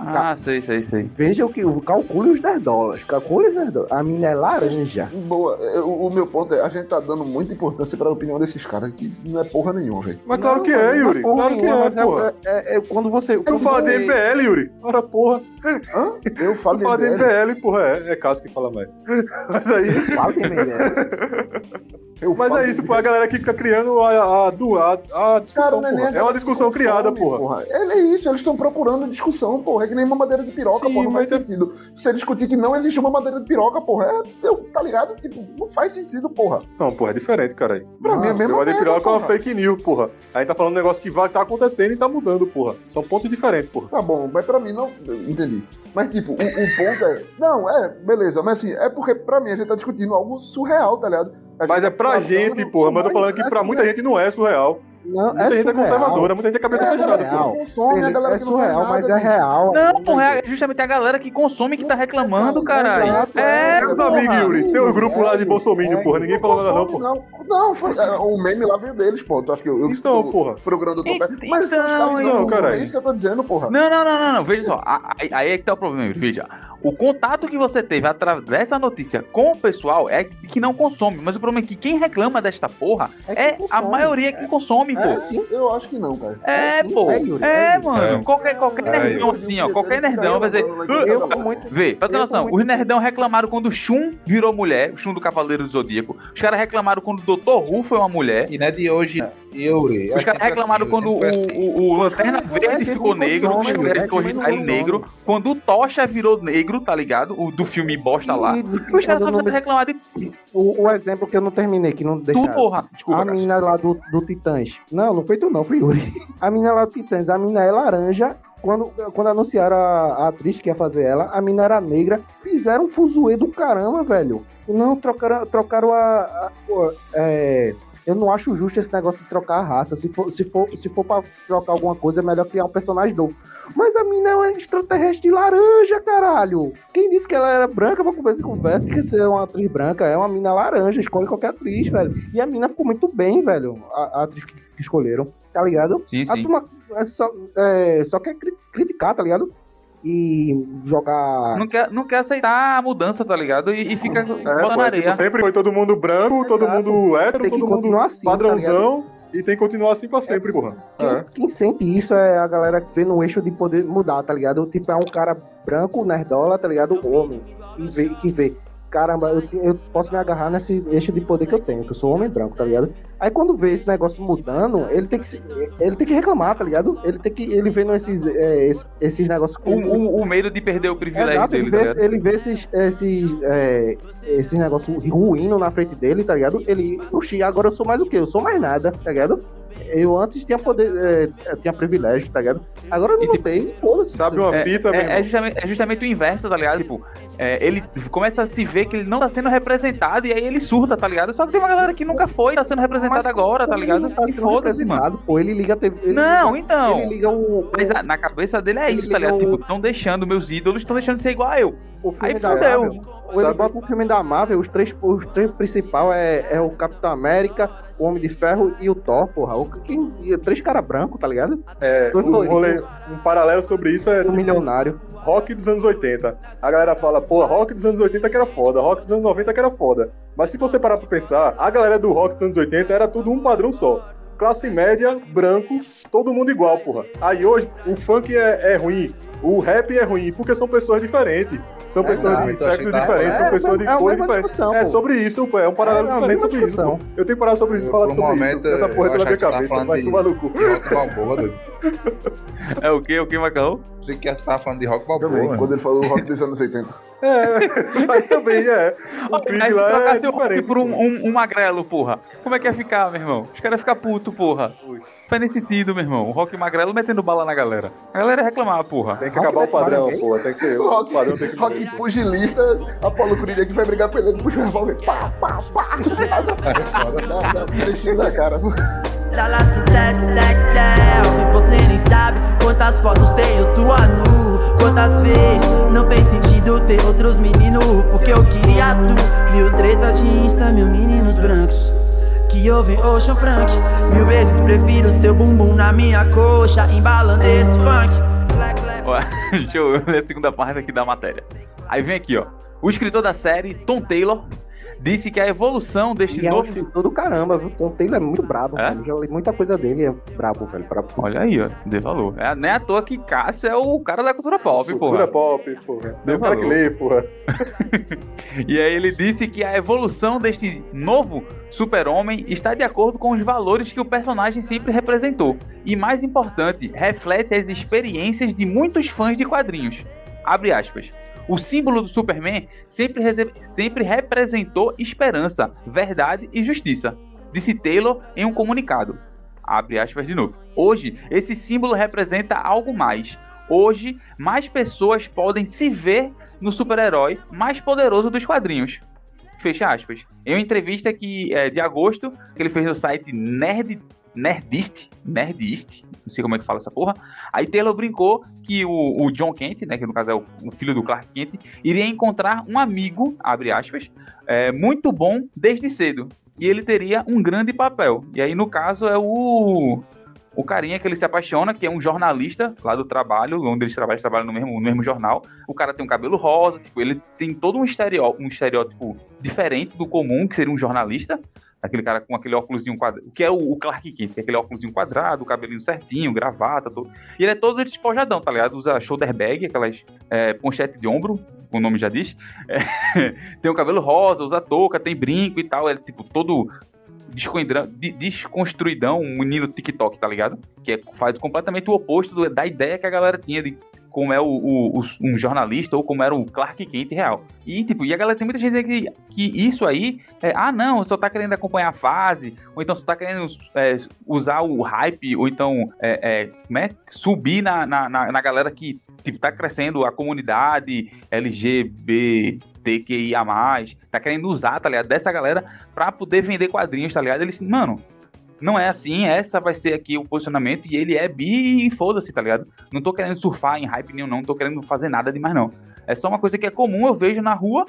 A: Ah, sei, sei, sei.
E: Veja o que. Calcule os 10 dólares. Calcule os 10 dólares. A mina é laranja.
C: Boa. É, O, o meu ponto é, a gente tá dando muita importância pra opinião desses caras, que não é porra nenhuma, velho.
D: Mas claro
E: Não,
D: que
E: não
D: é, Yuri.
E: porra
D: Claro que
E: nenhuma, mas
D: é, porra.
E: é, é quando você.
D: Eu não
E: quando
D: falo de
E: você-
D: MBL, Yuri. Ora, porra.
C: Hã? Eu falo
D: Eu
C: de
D: falo de
C: MBL.
D: MBL, porra. É, é caso que fala mais. Mas aí.
E: Fala é de MBL.
C: Eu
D: Mas
C: falo
D: é
C: de
D: isso, pô. A galera que fica criando a, a, du- a, a discussão,
C: não nem
D: porra. É
C: aquela
D: uma discussão criada,
C: homem,
D: porra.
C: Ele é isso, eles estão procurando discussão, porra. É que nem mamadeira de piroca,
D: Sim,
C: porra. Não faz
D: mas é-
C: sentido. Você discutir que não existe uma mamadeira de piroca, porra, é, eu, tá ligado? Tipo, não faz sentido, porra.
D: Não, porra, é diferente, cara.
C: Pra mim é a mesma
D: Negócio de
C: merda,
D: piroca é uma
C: porra.
D: fake news, porra. Aí tá falando um negócio que vai, tá acontecendo e tá mudando, porra. São pontos diferentes, porra.
C: Tá bom, mas pra mim não. eu Entendi. Mas, tipo, o, o ponto é. Não, é, beleza, mas assim, é porque pra mim a gente tá discutindo algo surreal, tá ligado? A
D: Mas
C: tá
D: é pra
C: tratando
D: gente, porra. Mas eu tô falando que
C: mais
D: pra muita gente não é surreal.
E: Não,
D: Muita gente é
E: surreal.
D: conservadora, muita gente é cabeça
C: É, a
D: fechada,
C: galera
E: surreal.
D: porra.
C: que consome, a
E: Ele-
C: galera
E: é
C: que não faz
E: surreal,
C: nada,
E: mas é
C: tipo,
E: real.
A: Não, porra, é justamente a galera que consome que tá reclamando, caralho.
C: Exato,
A: É,
C: é.
D: Meus
A: porra.
D: amigos, Yuri, tem um grupo lá de Bolsominion, porra. Ninguém falou nada, não, porra.
C: Não, não foi, é, o meme lá veio deles, pô. Tu acha que eu, eu
D: Então, porra.
C: programa do Tom Pé? Mas são
A: Então,
C: os caras que
D: então,
C: não,
D: caralho.
C: É isso que eu tô dizendo, porra.
A: Não, não, não, não, não. Veja só. a- a- Aí é que tá o problema, Yuri. veja. O contato que você teve através dessa notícia com o pessoal é que não consome. Mas o problema é que quem reclama desta porra é, a maioria que consome,
C: É.
A: pô.
C: Eu acho que não, cara.
A: É,
E: É sim,
A: pô.
E: é, Yuri,
A: É,
E: é,
A: mano.
B: É.
A: Qualquer, qualquer
B: É,
A: nerdão
C: Yuri.
A: assim, ó. Qualquer nerdão vai dizer.
E: Eu
A: "Ah,
E: tô muito.
A: Vê, pra ter
E: Eu
A: noção,
E: tô muito-
A: os nerdão reclamaram quando o Shun virou mulher, o Shun do Cavaleiro do Zodíaco. Os caras reclamaram quando o Dr. Who foi uma mulher.
B: E não é de hoje, Yuri.
A: Os caras reclamaram
E: assim,
A: quando o, o, o Lanterna
E: é
A: Verde ficou negro,
E: consome,
A: os mulheres
E: né?
A: ficou
E: Também não
A: aí
E: consome.
A: negro, quando o Tocha virou negro, tá ligado? O do filme bosta lá.
E: E- e-
A: Os caras
E: eu
A: só
E: não-
A: precisam reclamar de
E: é o, o exemplo que eu não terminei, que não
A: tudo,
E: deixaram. Ah,
A: porra. Desculpa,
E: a
A: cara.
E: mina lá do, do Titãs. Não, não foi tu não, foi Yuri. A mina lá do Titãs, a mina é laranja. Quando, quando anunciaram a, a atriz que ia fazer ela, a mina era negra. Fizeram um fuzuê do caramba, velho. Não, trocaram, trocaram a... a- o- é, eu não acho justo esse negócio de trocar a raça. Se for, se for, se for pra trocar alguma coisa, é melhor criar um personagem novo. Mas a mina é uma extraterrestre de laranja, caralho. Quem disse que ela era branca pra começar de conversa? Tem que ser uma atriz branca. É uma mina laranja. Escolhe qualquer atriz, velho. E a mina ficou muito bem, velho. A, a atriz que, que escolheram. Tá ligado?
A: Sim,
E: A
A: sim.
E: turma é só, é, só quer cri- criticar, tá ligado? E jogar.
A: Não quer, não quer aceitar a mudança, tá ligado? E, e
E: Ah,
A: fica
D: É,
A: botando
D: pô, é, tipo,
A: areia.
D: sempre foi todo mundo branco, todo
E: Exato.
D: mundo hétero,
E: Tem que
D: todo mundo
E: continuar assim. tá ligado?
D: padrãozão. e tem que continuar assim pra sempre, porra. É.
E: Quem, quem sente isso é a galera que vê no eixo de poder mudar, tá ligado? Tipo, é um cara branco, nerdola, tá ligado? Homem. E vê, que vê. Caramba, eu, te- eu posso me agarrar nesse eixo de poder que eu tenho, que eu sou homem branco, tá ligado? Aí quando vê esse negócio mudando, ele tem que, se- ele tem que reclamar, tá ligado? Ele tem que. Ele vendo esses, é, esses, esses negócios.
A: O, o- o medo de perder o privilégio
E: Exato,
A: dele,
E: ele
A: tá
E: vê,
A: ligado?
E: ele vê esses, esses, é, esses negócios ruindo na frente dele, tá ligado? Ele, oxi, agora eu sou mais o quê? Eu sou mais nada, tá ligado? Eu antes tinha poder, é, tinha privilégio, tá ligado? Agora eu
A: E
E: não
A: tipo,
E: tenho, foda-se.
D: Sabe uma
A: É,
D: fita, meu
A: É, é
D: irmão?
A: justamente, é justamente o inverso, tá ligado? Tipo, é, ele começa a se ver que ele não tá sendo representado e aí ele surta, tá ligado? Só que tem uma galera que nunca foi, tá sendo representada agora, tá ligado?
E: Ele Tá
A: e
E: sendo
A: foda-se, mano.
E: representado, pô, ele liga a TV. ele
A: Não,
E: liga-
A: então.
E: Ele liga um, o, o,
A: Mas a- na cabeça dele é
E: Ele
A: isso, tá ligado?
E: ligou- é
A: Tipo, estão deixando meus ídolos, estão deixando de ser igual a eu.
E: o filme
A: aí
E: da
A: fudeu.
E: Marvel. Ou ele
D: Sabe-
E: bota o filme da Marvel, os três, os três principais é, é o Capitão América, o Homem de Ferro e o Thor, porra. O, que, três caras brancos, tá ligado?
D: É,
E: eu tô-
D: um, rolê- um paralelo sobre isso é
E: Um
D: tipo,
E: milionário.
D: rock dos anos 80. A galera fala, pô, rock dos anos 80 que era foda, rock dos anos 90 que era foda. Mas se você parar pra pensar, a galera do rock dos anos 80 era tudo um padrão só. Classe média, branco, todo mundo igual, porra. Aí hoje o funk é, é ruim, o rap é ruim, porque são pessoas diferentes. São
E: É
D: pessoas de
B: verdade, eu
D: século
B: achei que
D: diferente,
E: tava-
D: são
E: é,
D: pessoas de
E: é a
D: cor
E: mesma
D: diferente.
E: discussão,
D: É
E: pô.
D: sobre isso, pô. É um paralelo
E: É a
D: diferente
E: mesma
D: sobre isso.
E: discussão.
D: pô. Eu tenho que parar sobre isso,
B: Eu,
D: falar
B: por um
D: sobre
B: momento,
D: isso. Essa
B: eu
D: porra entrou na
B: achava
D: minha
B: que tava
D: cabeça,
B: falando
D: vai
B: de-
D: tomar no cu.
B: Rock Balboa, doido.
A: É o que, o que, Macão?
B: Você que tava falando de Rock
C: Também,
B: Balboa. né?
C: quando
B: mano.
C: ele falou rock dos anos 80.
D: É, mas também é. O
A: Mas
D: Creed
A: se
D: lá é
A: trocasse o Hulk
D: diferente.
A: por um, um, um magrelo, porra. Como é que ia ficar, meu irmão? Os caras iam ficar puto, porra. Faz nem sentido, meu irmão. O Rock magrelo metendo bala na galera. A galera ia reclamar, porra.
D: Tem que acabar o padrão, pô. Tem que ser. O
C: um Rock,
D: padrão tem que ser.
C: rock pugilista, Apolo Creed aqui vai brigar com ele, ele puxa o revólver, pá, pá, pá. Trechinho da cara.
G: Dala Suzette Você nem sabe quantas fotos tenho tua nu Quantas vezes não fez sentido ter outros meninos Porque eu queria tu Mil tretas de Insta, mil meninos brancos que ouvem Ocean Frank Mil vezes prefiro seu bumbum na minha coxa Embalando esse funk Clac, clac.
A: Ó, Deixa eu ler a segunda parte aqui da matéria. Aí vem aqui, ó. O escritor da série, Tom Taylor, disse que a evolução deste
E: E é um
A: novo.
E: escritor do caramba, viu? Tom Taylor é muito brabo,
A: É?
E: velho. Já li muita coisa dele, é brabo, velho. Brabo.
A: Olha aí, ó. Dê valor. É, nem à toa que Cássio é o cara da cultura pop, porra. tá
D: Cultura pop, porra.
A: Deu
D: Deu cara que
A: valor.
D: lê, porra.
A: E aí ele disse que a evolução deste novo super-homem está de acordo com os valores que o personagem sempre representou. E mais importante, reflete as experiências de muitos fãs de quadrinhos. Abre aspas. O símbolo do Superman sempre, rese- sempre representou esperança, verdade e justiça, disse Taylor em um comunicado. Abre aspas de novo. Hoje, esse símbolo representa algo mais. Hoje, mais pessoas podem se ver no super-herói mais poderoso dos quadrinhos. Fecha aspas. Em uma entrevista que, é, de agosto que ele fez no site Nerd, Nerdist, Nerdist, não sei como é que fala essa porra, aí Taylor brincou que o, o John Kent, né, que no caso é o, o filho do Clark Kent, iria encontrar um amigo, abre aspas, é, muito bom desde cedo. E ele teria um grande papel. E aí, no caso, é o o carinha que ele se apaixona, que é um jornalista lá do trabalho, onde eles trabalham, eles trabalham no mesmo, no mesmo jornal. O cara tem um cabelo rosa, tipo, ele tem todo um, estereo, um estereótipo diferente do comum, que seria um jornalista. Aquele cara com aquele óculosinho quadrado, que é o, o Clark Kent, que é aquele óculosinho quadrado, o cabelinho certinho, gravata, todo. E ele é todo despojadão, tá ligado? Usa shoulder bag, aquelas é, ponchete de ombro, o nome já diz. É, tem o cabelo rosa, usa touca, tem brinco e tal. É, tipo, todo descoindra- de- desconstruidão, um menino TikTok, tá ligado? que é- faz completamente o oposto do- da ideia que a galera tinha de como é o, o- o- um jornalista ou como era o Clark Kent real. E, tipo, e a galera tem muita gente que, que isso aí é, ah, não, só tá querendo acompanhar a fase, ou então só tá querendo é, usar o hype, ou então é, é, como é? subir na, na, na, na galera que tipo, tá crescendo a comunidade LGBTQIA+, tá querendo usar, tá ligado, dessa galera pra poder vender quadrinhos, tá ligado? Eles, mano, não é assim, essa vai ser aqui o posicionamento e ele é bi e foda-se, tá ligado? Não tô querendo surfar em hype nenhum, não, não tô querendo fazer nada demais, não. É só uma coisa que é comum, eu vejo na rua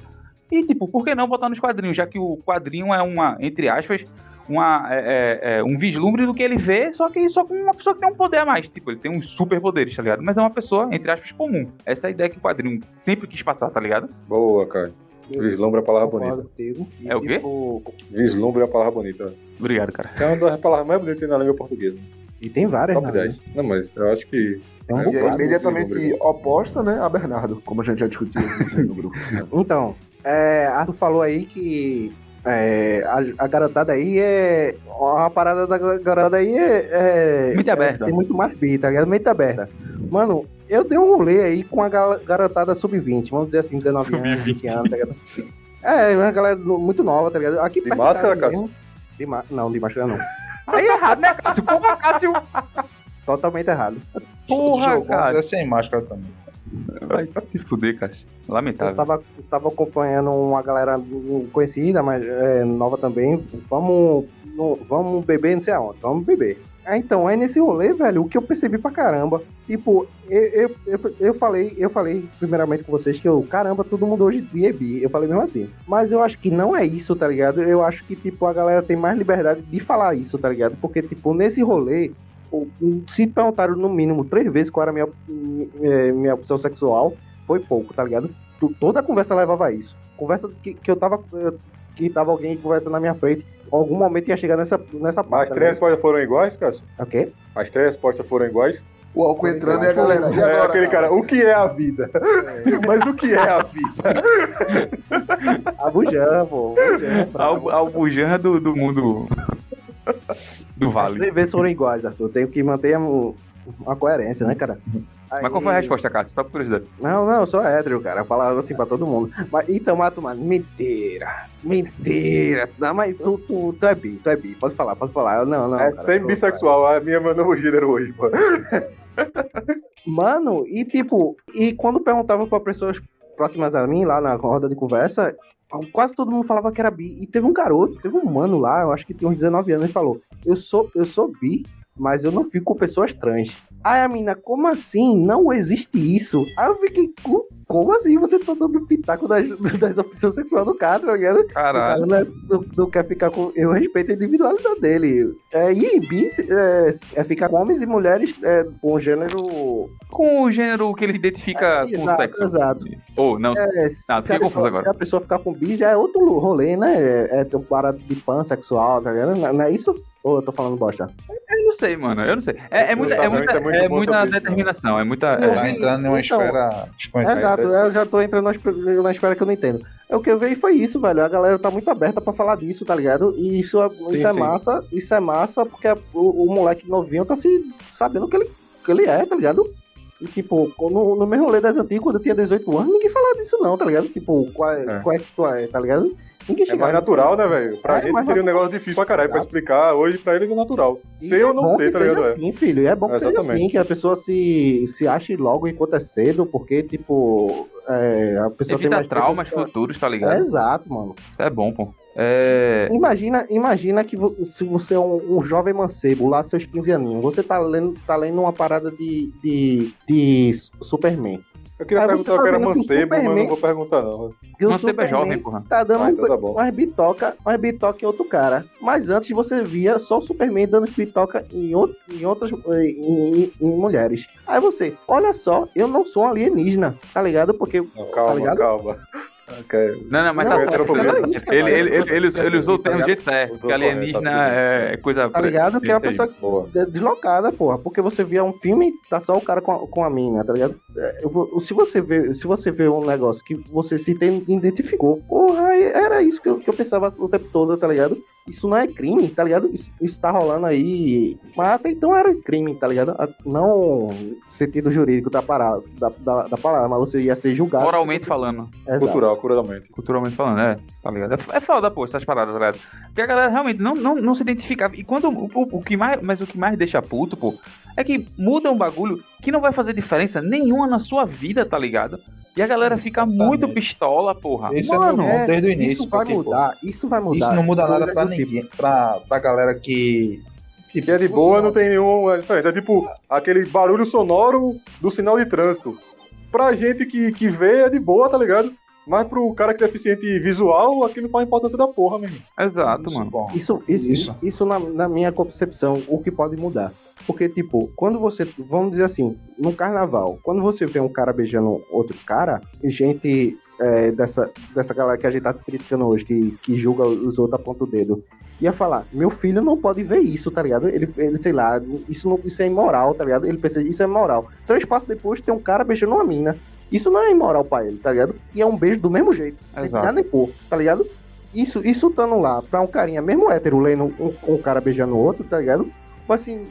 A: e, tipo, por que não botar nos quadrinhos, já que o quadrinho é uma, entre aspas, uma, é, é, é, um vislumbre do que ele vê, só que só com uma pessoa que tem um poder a mais. Tipo, ele tem uns super poderes, tá ligado? Mas é uma pessoa, entre aspas, comum. Essa é a ideia que o quadrinho sempre quis passar, tá ligado?
D: Boa, cara. Vislumbra a palavra bonita.
E: Concordo contigo. E,
A: É o quê?
E: tipo,
D: Vislumbra é a palavra bonita.
A: Obrigado, cara.
D: É uma das palavras mais bonitas na língua portuguesa.
E: E tem várias,
D: Top
E: né?
D: 10. Não, mas eu acho que.
E: Tem um
D: É,
C: E é
E: bocado.
C: imediatamente oposta, né, a Bernardo, como a gente já discutiu aqui no grupo.
E: Então, é, Arthur falou aí que é, a, a garotada aí é. A parada da ga- garotada aí é. é
A: Mente aberta.
E: é- tem muito mais bi, tá ligado? Mente aberta. Mano, eu dei um rolê aí com a gal- garotada sub-20, vamos dizer assim, 19 anos, 20 anos, tá ligado? É, uma galera no- muito nova, tá ligado? Aqui
D: De
E: perto de
D: máscara,
E: casa
D: Cássio?
E: mesmo- De ma- não, de máscara não.
A: Aí é errado, né, Cássio? Porra, Cássio!
E: Totalmente errado.
A: Porra,
B: Jogou,
A: cara.
B: É sem máscara também.
A: né? Vai te fuder, Cássio. Tá
E: Eu
A: Lamentável.
E: Então, tava, eu tava acompanhando uma galera conhecida, mas é, nova também. Vamos, no- vamos beber, não sei aonde, vamos beber. Ah, então, aí nesse rolê, velho, o que eu percebi pra caramba. Tipo, eu, eu, eu, eu falei, eu falei primeiramente com vocês que eu, caramba, todo mundo hoje dia é bi. Eu falei mesmo assim. Mas eu acho que não é isso, tá ligado? Eu acho que, tipo, a galera tem mais liberdade de falar isso, tá ligado? Porque, tipo, nesse rolê, o- o- um, se perguntaram no mínimo três vezes qual era a minha, eh, minha opção sexual, foi pouco, tá ligado? Tu- toda a conversa levava a isso. Conversa que, que eu tava. eh, Que tava alguém conversando na minha frente. Algum momento ia chegar nessa, nessa
D: Mas
E: parte.
D: as três respostas foram iguais, Cássio?
E: né? Ok?
D: As três respostas foram iguais.
C: O Alcoentrano é a galera. E
D: é
C: agora,
D: aquele cara, o que é a vida? Mas o que é a vida?
E: A Bujan, pô. Bujan, bravo.
A: Al- Albujanra do, do mundo do
E: As
A: Vale.
E: três vezes foram iguais, Arthur. Eu Tenho que manter um- uma coerência, né, cara?
A: Mas qual foi a resposta, Cássio? Só por curiosidade.
E: Não, não, eu sou hétero, cara. Eu falava assim pra todo mundo. Mas, então, Mato, mano, mentira. Mentira. Não, mas tu, tu, tu é bi, tu é bi. Pode falar, pode falar. Eu, não, não.
D: É
E: cara,
D: sem
E: sou-
D: bissexual, é a minha meu novo gênero hoje, pô.
E: Mano, e tipo, e quando perguntava pra pessoas próximas a mim, lá na roda de conversa, quase todo mundo falava que era bi. E teve um garoto, teve um mano lá, eu acho que tinha uns 19 anos, ele falou: Eu sou, eu sou bi, mas eu não fico com pessoas trans. Aí a mina, como assim? Não existe isso. Aí eu fiquei, "Co- como assim? Você tá dando pitaco das, das opções sexuais do cara, tá ligado?
A: Caralho.
E: O cara não, não- não quer ficar com. Eu respeito a individualidade dele. É, e bi é, é ficar com homens e mulheres é, com gênero
A: Com o gênero que ele se identifica com o
E: É, Exato,
A: sexo.
E: exato.
A: Ou não.
E: É,
A: Ah,
E: se,
A: fiquei confuso
E: a pessoa,
A: agora.
E: se a pessoa ficar com bi, já é outro rolê, né? É, é teu parada de pansexual, tá ligado? Não, não é isso? Ou eu tô falando bosta?
A: Eu não sei, mano. Eu não sei. É, é muita, é muita,
D: Pensamento é muito
A: é
D: bom
A: muita
D: sobre isso,
A: determinação. É muita.
E: Não,
A: é-
B: Tá é, entrando em uma
E: Então,
B: esfera desconhecida.
E: Exato, eu já tô entrando na espe- na esfera que eu não entendo. É O que eu vi foi isso, velho. A galera tá muito aberta pra falar disso, tá ligado? E isso, é-
D: Sim,
E: isso é
D: sim.
E: massa, isso é massa, porque o, o moleque novinho tá se sabendo o que ele, que ele é, tá ligado? E, tipo, no, no meu rolê das antigas, quando eu tinha 18 anos, ninguém falava disso, não, tá ligado? Tipo, qual é,
D: É.
E: qual é que tu é, tá ligado? Ninguém
D: É mais
E: chegava.
D: natural, né, velho? Pra
E: É,
D: gente
E: mas-
D: seria um negócio difícil pra caralho pra explicar. Hoje pra eles é natural.
E: E
D: Sei
E: é
D: ou não
E: bom
D: sei,
E: que
D: tá
E: seja
D: ligado? É.
E: assim, filho. E é bom que seja
D: Exatamente.
E: assim, que a pessoa se, se ache logo enquanto é cedo, porque, tipo, é, a pessoa tem
A: Evita
E: mais
A: traumas
E: tempo de-
A: futuros, tá
E: É,
A: ligado?
E: exato, mano.
A: Isso é bom, pô. É.
E: Imagina, imagina que vo- se você é um, um jovem mancebo, lá seus 15 aninhos, você tá lendo, tá lendo uma parada de, de, de Superman.
D: Eu queria
E: Aí você
D: perguntar o
E: tá
D: que era
E: vendo que o
D: mancebo, mas não
E: Superman-
D: vou perguntar, não.
E: Que o
A: Não sei, é
E: Superman
A: jovem, porra.
E: Tá dando
D: Ah, então tá bom.
E: umas bitoca, umas bitoca em outro cara. Mas antes você via só o Superman dando bitoca em, out- em outras em, em- em mulheres. Aí você, olha só, eu não sou um alienígena, tá ligado? Porque
D: Não,
E: Tá
D: calma,
E: ligado?
D: calma. Ok.
A: Não, não, mas
E: Não,
A: tá
D: eu
A: certo.
D: quero problema.
E: é
A: Ele, ele,
E: né?
A: ele, ele usou- ele usou o
D: Tá
A: termo do
D: ligado?
A: jeito certo.
D: Usou
A: Porque alienígena
D: correto,
A: é coisa.
E: tá ligado? Que é uma
A: Isso aí.
E: pessoa que
D: Boa.
E: de- deslocada, porra. Porque você vê um filme, tá só o cara com a, com a mina, tá ligado? É, eu vou- se, você vê, se você vê um negócio que você se tem- identificou, porra, aí era isso que eu, que eu pensava o tempo todo, tá ligado? Isso não é crime, tá ligado? Isso, isso tá rolando aí. Mas até então era crime, tá ligado? A- Não sentido jurídico da parada, da, da, da parada, mas você ia ser julgado.
A: Moralmente
E: se
A: falando.
E: você... Exato.
D: Cultural, culturalmente.
A: Culturalmente falando, é, tá ligado? É, f- é foda, pô, essas paradas, tá ligado? Porque a galera realmente não, não, não se identificava. E quando. O, o- o que mais, mas o que mais deixa puto, pô, é que muda um bagulho que não vai fazer diferença nenhuma na sua vida, tá ligado? E a galera fica muito pistola, porra.
B: Isso é normal
E: é,
B: desde o início.
E: isso vai
B: porque, pô,
E: mudar, isso vai mudar.
B: Isso não muda
E: Coisas
B: nada pra
E: do tipo.
B: ninguém. Pra, pra galera que.
D: Que é de boa, não tem nenhuma diferença. É tipo aquele barulho sonoro do sinal de trânsito. Pra gente que, que vê, é de boa, tá ligado? Mas pro cara que é deficiente visual, aquilo faz importância da porra, meu irmão.
A: Exato, mano.
B: é Bom,
E: Isso, isso,
B: Isso.
E: isso. na, na minha concepção, o que pode mudar. Porque, tipo, quando você. Vamos dizer assim, no carnaval, quando você vê um cara beijando outro cara, e gente é, dessa, dessa galera que a gente tá criticando hoje, que, que julga os outros, aponta o dedo, ia falar: meu filho não pode ver isso, tá ligado? Ele, ele sei lá, isso, não, isso é imoral, tá ligado? Ele pensa, isso é imoral. Três passos depois tem um cara beijando uma mina. Isso não é imoral pra ele, tá ligado? E é um beijo do mesmo jeito. Sem
A: Exato.
E: nada nem pôr, tá ligado? isso, isso estando lá pra um carinha, mesmo hétero, lendo um, um cara beijando o outro, tá ligado? Tipo assim,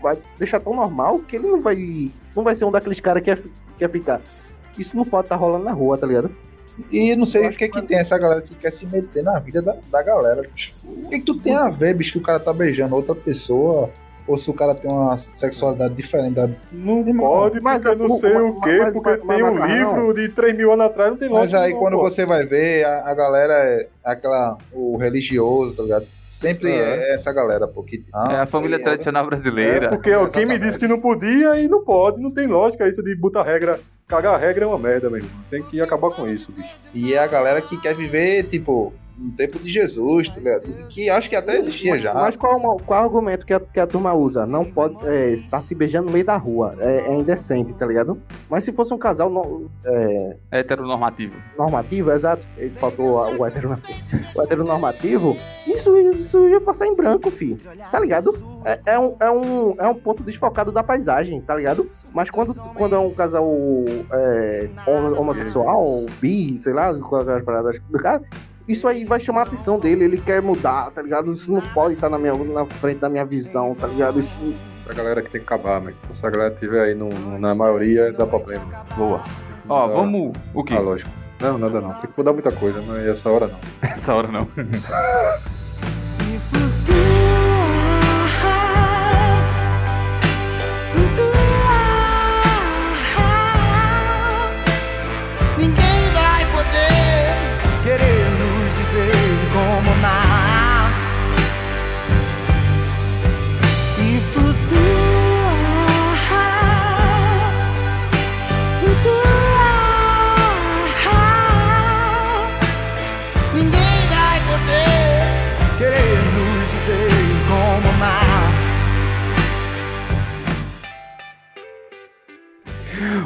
E: vai deixar tão normal que ele não vai. Não vai ser um daqueles caras que ia, fi- que ia ficar. Isso não pode estar rolando na rua, tá ligado?
B: E não sei
E: Eu
B: o
E: acho
B: que, que tem essa galera que quer se meter na vida da, da galera, bicho. O que, que tu tem a ver, bicho, que o cara tá beijando outra pessoa? Ou se o cara tem uma sexualidade diferente da.
D: Não
B: Irmão,
D: pode,
E: mas
D: porque
E: é
D: não
E: por-
D: sei
E: mas-
D: o quê,
E: mas-
D: porque
E: mas-
D: tem
E: mas-
D: um
E: mas-
D: livro de 3 mil anos atrás, não tem
B: Mas
D: lógica.
B: aí
D: não,
B: quando
D: pô.
B: você vai ver, a, a galera é aquela. o religioso, tá ligado? Sempre
D: É.
B: é, essa galera, pô. Que, ah,
A: É a família
B: sei,
A: tradicional
D: É,
A: brasileira.
D: porque ó, quem me disse que não podia e não pode, não tem lógica isso de botar regra. Cagar a regra é uma merda, meu irmão. Tem que acabar com isso, bicho.
B: E é a galera que quer viver, tipo, no tempo de Jesus, tá ligado? Que acho que até existia já.
E: Mas qual, é o ma- qual é o argumento que a, que a turma usa? Não pode é, estar se beijando no meio da rua. É, é indecente, tá ligado? Mas se fosse um casal no- é,
A: Heteronormativo.
E: normativo, exato, ele faltou a- o heteronormativo. O heteronormativo, isso, isso ia passar em branco, fi. Tá ligado? É, é um, é, um, é um ponto desfocado da paisagem, tá ligado? Mas quando, quando é um casal é, homo- homossexual, bi, sei lá, com aquelas paradas do cara, isso aí vai chamar a atenção dele, ele quer mudar, tá ligado? Isso não pode estar na, minha, na frente da minha visão, tá ligado? Isso
D: Essa galera que tem que acabar, meu. Se a galera tiver aí no- no- na maioria, dá problema.
A: Boa. Ó, vamos. O quê?
D: Ah, lógico. Não, nada não. Tem que mudar muita coisa, mas essa hora não.
A: Essa hora não.
F: E flutuar, flutuar.
G: Ninguém vai poder querer nos dizer como amar. E flutuar, flutuar. ah, Ninguém vai poder querer nos dizer como amar.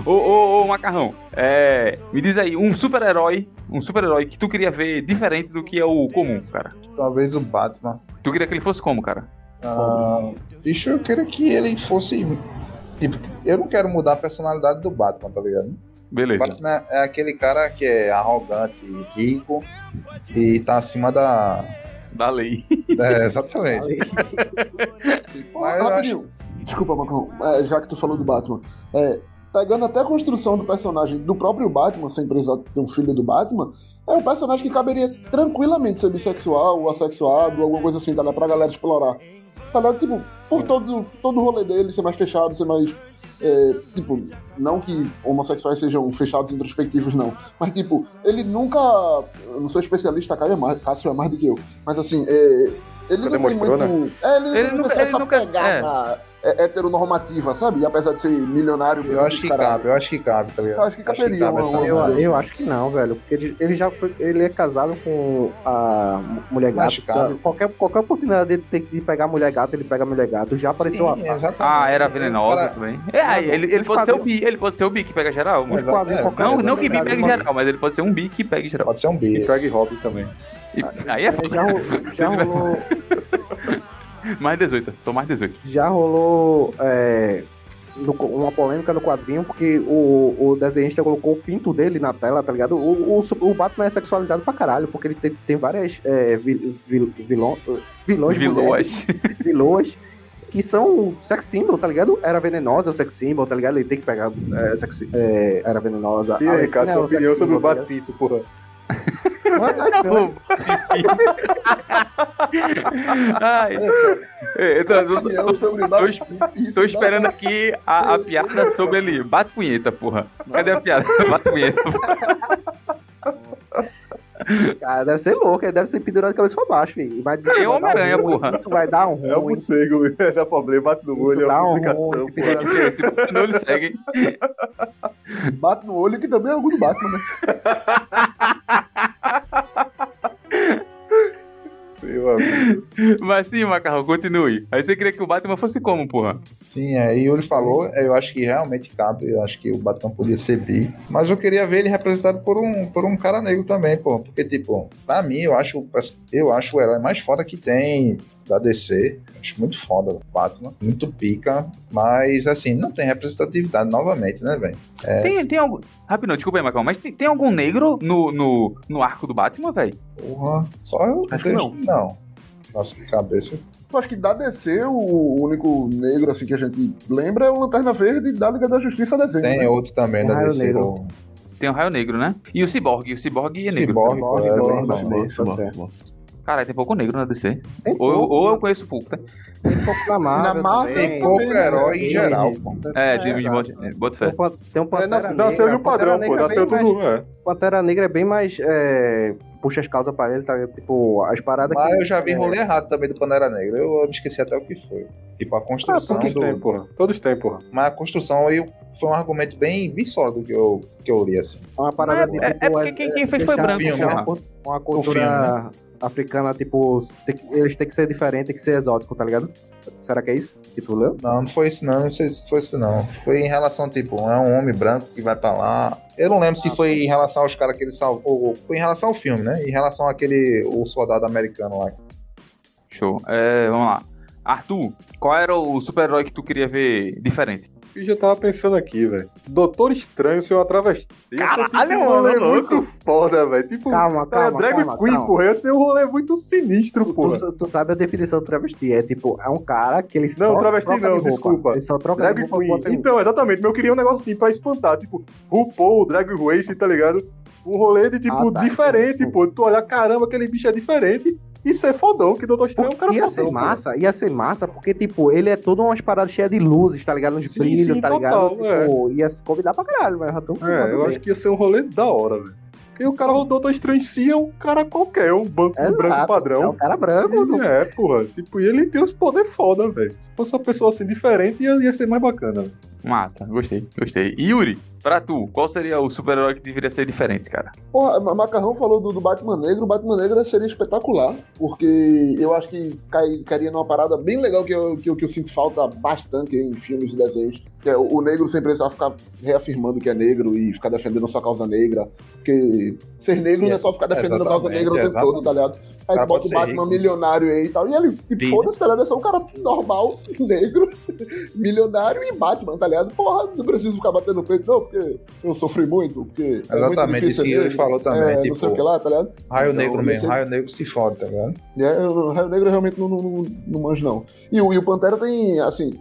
A: Ô, ô, ô, Macarrão. É. Me diz aí, um super-herói. Um super-herói que tu queria ver diferente do que é o comum, cara.
B: Talvez o Batman.
A: Tu queria que ele fosse como, cara?
B: Ah, bicho, eu queria que ele fosse. Tipo, eu não quero mudar a personalidade do Batman, tá ligado? O
A: Beleza.
B: Batman é aquele cara que é arrogante, rico e tá acima da.
A: Da lei.
B: É, exatamente.
C: Ó,
B: Mas eu
C: rapidinho. Desculpa, Macron, É, já que tu falou do Batman. É, pegando até a construção do personagem do próprio Batman, sem precisar ter um filho do Batman, é um personagem que caberia tranquilamente ser bissexual ou assexuado, alguma coisa assim, tá ligado? Pra galera explorar. Tá ligado? Tipo, por todo, todo o rolê dele ser mais fechado, ser mais. é, tipo, não que homossexuais sejam fechados e introspectivos, não. Mas, tipo, ele nunca. Eu não sou especialista, Caio é mais, Cássio é mais do que eu. Mas, assim, é, ele
D: Já
C: não tem
D: demonstrou,
C: muito. É, ele,
A: Ele
C: não
A: nunca-
C: nunca, essa
A: ele nunca-
C: pegada é, heteronormativa, sabe? E apesar de ser milionário,
B: Eu acho que
C: caralho,
B: cabe, eu acho que cabe, tá ligado?
C: Eu acho que caberia
B: cabe
C: uma-
B: essa-
C: uma-
E: Eu, eu acho que não, velho. Porque ele, ele já foi. Ele é casado com a mu- mulher
B: Mas
E: gato.
B: cara-
E: Qualquer, qualquer oportunidade dele ter que pegar a mulher gato, ele pega a mulher gato. Já apareceu
B: Sim,
E: a.
B: exatamente.
A: Ah, era venenosa
B: Cara,
A: também. É, aí, ele, ele
E: Os
A: pode ser o
E: quadrinhos.
A: bi. Ele pode ser o bi que pega geral,
E: Uns
A: mano.
B: Exato,
E: quadrinhos
B: é.
E: qualquer.
A: Não, não que bi
E: Verdade,
A: pegue
E: mano.
A: geral, mas ele pode ser um bi que pegue geral.
B: Pode ser um
D: E
B: B.
D: Craig Robin também.
A: E- aí é
E: É, já,
A: foda.
E: ro- já rolou,
A: Mais 18, sou mais 18.
E: já rolou é, no co- uma polêmica no quadrinho, porque o, o desenhista colocou o pinto dele na tela, tá ligado? O, o, su- o Batman é sexualizado pra caralho, porque ele tem, tem várias é, vil, vil, vilão- vilões mulheres.
A: Vilões.
E: vilões que são sex symbol, tá ligado? Era venenosa, sex symbol, tá ligado? Ele tem que pegar é, sex- é, era venenosa.
D: E
E: Ah,
D: aí, Ricardo,
E: não,
D: sua
E: sex
D: opinião sobre o
E: symbol, tá
D: Batpito, porra.
A: Tá
E: ligado? Não, não, não.
A: Ai, É, então, eu tô, eu tô-
C: E eu sobre
A: Dois-
C: isso,
A: tô esperando aqui a, a piada sobre ele. Bate punheta, porra. Cadê a piada? Bate punheta.
E: Cara, deve ser louco, ele deve ser pendurado de cabeça pra baixo, filho. Vai, isso vai dar
A: É Homem-Aranha,
E: ruim,
A: porra.
E: Isso vai dar um
D: É o
E: ruim.
D: morcego, velho. Dá problema, bate no
E: Isso
D: olho, é
E: dá
D: uma
E: um
A: Tipo,
D: complicação,
E: ruim, esse
D: porra.
A: Não lhe segue, hein?
C: Bate no olho, que também é algo do Batman, né?
D: Meu amigo.
A: Mas sim, Macarrão, continue. Aí você queria que o Batman fosse como, porra?
B: Sim, é, e o Yuri falou, eu acho que realmente cabe, eu acho que o Batman podia ser bi. Mas eu queria ver ele representado por um, por um cara negro também, pô. Porque, tipo, pra mim, eu acho, o pers- eu acho o herói mais foda que tem da DC. Acho muito foda o Batman, muito pica. Mas, assim, não tem representatividade novamente, né, velho? É,
A: Tem, tem algum. Rapidão, desculpa aí, Macarrão, mas tem, tem algum negro no, no, no arco do Batman, velho?
B: porra, só eu...
C: Acho que não.
B: Não. Nossa, que cabeça.
C: Eu acho que da DC, o único negro assim que a gente lembra é o Lanterna Verde da Liga da Justiça desenho.
B: Tem um
C: né?
B: outro também da
E: Ah, eu
B: DC,
E: lembro.
B: pô.
A: Tem o Raio Negro, né? E o Ciborgue, o Ciborgue é negro.
B: Ciborgue, pô, é
C: Ciborgue,
B: verdade.
C: Ciborgue.
A: Caralho, tem pouco negro na DC.
E: Tem
A: Ou, eu-
E: pouco,
A: ou eu conheço pouco, tá?
E: tem pouco na Marvel.
C: Na Marvel
E: também. É
B: Tem um pouco
C: Também, né?
B: herói em geral, pô.
A: É, Jimmy
E: verdade.
A: Bota, bota fé.
E: Tem um pan- Tem um
D: É,
E: Pantera
D: nasceu,
E: Negra.
D: nasceu de um
E: Pantera
D: padrão, pô.
E: Negra é
D: Nasceu
E: bem mais-
D: tudo. É.
E: Pantera Negra é bem mais. é, puxa as causas pra ele, tá? Tipo, as paradas
B: Mas
E: que.
B: eu já vi
E: é,
B: rolê errado também do Pantera Negra. Eu, eu me esqueci até o que foi. Tipo, a construção
D: Todos
B: do.
D: têm, porra. Todos têm, porra.
B: Mas a construção aí foi um argumento bem, bem sólido que eu, que eu li, assim.
E: É uma parada de.
A: É, é
E: tipo,
A: porque quem, quem fez foi
E: deixar-
A: branco,
B: filme,
A: porra.
E: deixar uma, cu- uma
B: filme,
E: cultura
D: né?
E: africana, tipo, tem que- eles têm que ser diferentes, tem que ser exótico, tá ligado? Será que é isso que tu leu?
B: Não, não foi isso não, não sei se foi isso não. Foi em relação, tipo, é um homem branco que vai pra lá. Eu não lembro se foi em relação aos caras que ele salvou. Foi em relação ao filme, né? Em relação àquele. o soldado americano lá.
A: Show. É, vamos lá. Arthur, qual era o super-herói que tu queria ver diferente?
D: E já tava pensando aqui, velho. Doutor Estranho, um seu travesti. Ia ser,
A: Caralho,
D: tipo, um
A: mano,
D: rolê
C: é
A: louco.
D: muito foda, velho. Tipo,
E: Calma,
D: cara,
E: calma,
D: drag
E: calma,
D: queen,
E: calma.
D: porra. Ia ser um rolê muito sinistro, porra.
E: Tu, tu sabe a definição de travesti, é tipo, é um cara que ele
D: Não,
E: só
D: travesti
E: troca de
D: não,
E: roupa.
D: desculpa.
E: Ele só troca de
D: Drag
E: roupa,
D: Queen.
E: bota em-
D: Então, exatamente. mas Eu queria um negócio assim pra espantar. Tipo, RuPaul, Drag Race, tá ligado? Um rolê de, tipo,
E: Ah, tá.
D: diferente, pô. Tu olhar, caramba, aquele bicho é diferente. E ser fodão, que Doutor Estranho é um cara
E: ia
D: fodão,
E: ser
D: pô.
E: massa, ia ser massa, porque, tipo, ele é todo umas paradas cheias de luzes, tá ligado? Uns
D: Sim,
E: brilhos,
D: sim,
E: tá
D: total,
E: ligado? Tipo, ia se convidar pra caralho, mas já tô
D: É, eu acho que ia ser um rolê da hora, velho. Porque o cara, o Doutor Estranho em si é um cara qualquer, é um banco um branco padrão.
E: É um cara branco, não-
D: É, porra. Tipo, e ele tem uns poderes foda, velho. Se fosse uma pessoa assim diferente, ia, ia ser mais bacana. velho.
A: Massa, gostei, gostei. E Yuri, pra tu, qual seria o super-herói que deveria ser diferente, cara?
C: Porra, Ma- Macarrão falou do, do Batman Negro. O Batman Negro é- seria espetacular, porque eu acho que cai, cairia numa parada bem legal que eu, que, eu- que eu sinto falta bastante em filmes e desenhos. Que é o, o negro sem precisar ficar reafirmando que é negro e ficar defendendo sua causa negra. Porque ser negro não é só ficar defendendo a causa
B: Exatamente,
C: negra o tempo todo,
B: exatamente.
C: tá ligado? Aí
B: cara
C: tu
B: pode
C: bota o
B: ser
C: Batman
B: rico.
C: milionário aí e tal. E ele, tipo,
A: Sim,
C: foda-se, tá ligado? É só um cara normal, negro, milionário e Batman, tá ligado? Porra, não preciso ficar batendo no peito, não, porque eu sofri muito, porque é muito
B: Exatamente,
C: difícil
B: isso
C: ser
B: que ele
C: negro.
B: falou também.
C: É, não sei o que
B: tipo,
C: lá, tá ligado?
B: raio
C: Então,
B: negro
C: ia
B: mesmo,
C: ser-
B: raio negro se foda, tá ligado?
C: E é, eu- o Raio Negro eu realmente não, não, não, não manjo, não. E o, e o Pantera tem, assim.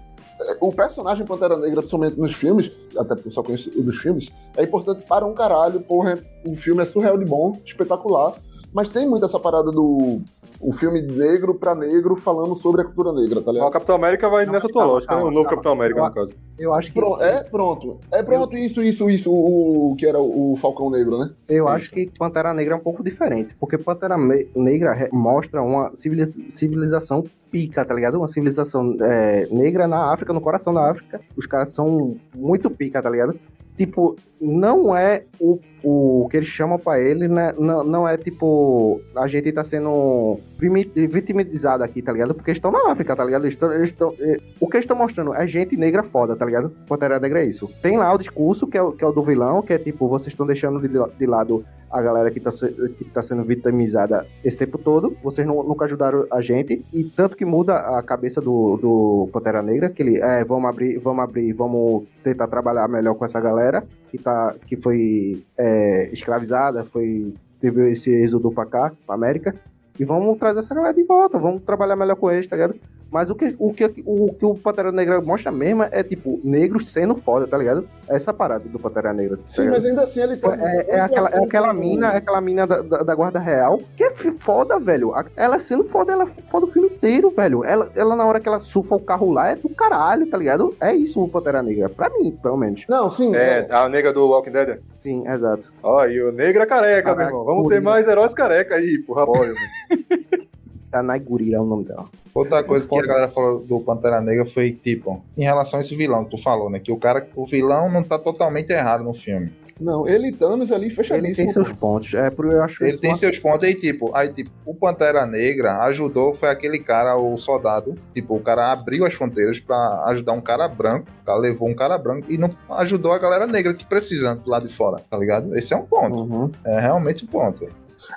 C: é, O personagem Pantera Negra, principalmente nos filmes, até porque eu só conheço o dos filmes, é importante para um caralho, porra. é- O filme é surreal de bom, espetacular. Mas tem muito essa parada do. O filme negro pra negro falando sobre a cultura negra,
D: Mas
C: tá
D: O
C: ligado?
D: Capitão América vai
E: Não,
D: nessa tua
E: calma,
D: lógica, né? O
E: calma,
D: novo
E: calma.
D: Capitão América, no caso.
E: eu acho que.
C: Pronto, é, pronto. É pronto, isso, isso, isso, o, o que era o Falcão Negro, né?
E: Eu acho que Pantera Negra é um pouco diferente, porque Pantera Me- Negra re- mostra uma civili- civilização pica, tá ligado? Uma civilização é, negra na África, no coração da África. Os caras são muito pica, tá ligado? Tipo, não é o, o que eles chamam pra ele, né? Não, não é tipo, a gente tá sendo vimi- vitimizado aqui, tá ligado? Porque estão na África, tá ligado? Eles tão- eles tão- eh, o que eles estão mostrando é gente negra foda, tá ligado? Pantera Negra é isso. Tem lá o discurso, que é, o- que é o do vilão, que é tipo, vocês estão deixando de, lo- de lado a galera que tá, se- que tá sendo vitimizada esse tempo todo. Vocês nu- nunca ajudaram a gente. E tanto que muda a cabeça do, do Pantera Negra, que ele é, vamos abrir, vamos abrir, vamos tentar trabalhar melhor com essa galera que, tá, que foi é, escravizada, foi teve esse êxodo pra cá, pra América. E vamos trazer essa galera de volta, vamos trabalhar melhor com eles, tá ligado? Mas o que o, que, o, que o Pantera Negra mostra mesmo é, tipo, negros sendo foda, tá ligado? Essa parada do Pantera Negra. tá
C: Sim,
E: ligado?
C: mas ainda assim ele tem.
E: É, é aquela, é
C: um
E: aquela mina, é aquela mina da, da, da guarda real, que é fi- foda, velho. A- Ela sendo foda, ela é foda o filme inteiro, velho. Ela, ela, na hora que ela surfa o carro lá, é do caralho, tá ligado? É isso o Pantera Negra. Pra mim, pelo menos.
C: Não, sim, é.
D: É, a nega do Walking Dead.
E: Sim, exato.
D: Ó, e o negra careca,
E: Caraca,
D: meu irmão. Vamos
E: Coringa.
D: ter mais heróis careca aí, porra. Olha,
E: Tanai Tá Gurira é o nome dela.
B: Outra coisa que a galera falou do Pantera Negra foi, tipo, em relação a esse vilão que tu falou, né? Que o cara, o vilão não tá totalmente errado no filme.
C: Não, ele e Thanos ali
E: Ele tem
C: fechadíssimo.
E: seus pontos. É, por- eu acho
B: Ele
E: isso
B: tem
E: uma-
B: seus pontos aí, tipo, aí, tipo, o Pantera Negra ajudou, foi aquele cara, o soldado, tipo, o cara abriu as fronteiras pra ajudar um cara branco, tá? levou um cara branco e não ajudou a galera negra que precisa do lado de fora, tá ligado? Esse é um ponto,
C: Uhum.
B: é realmente um ponto.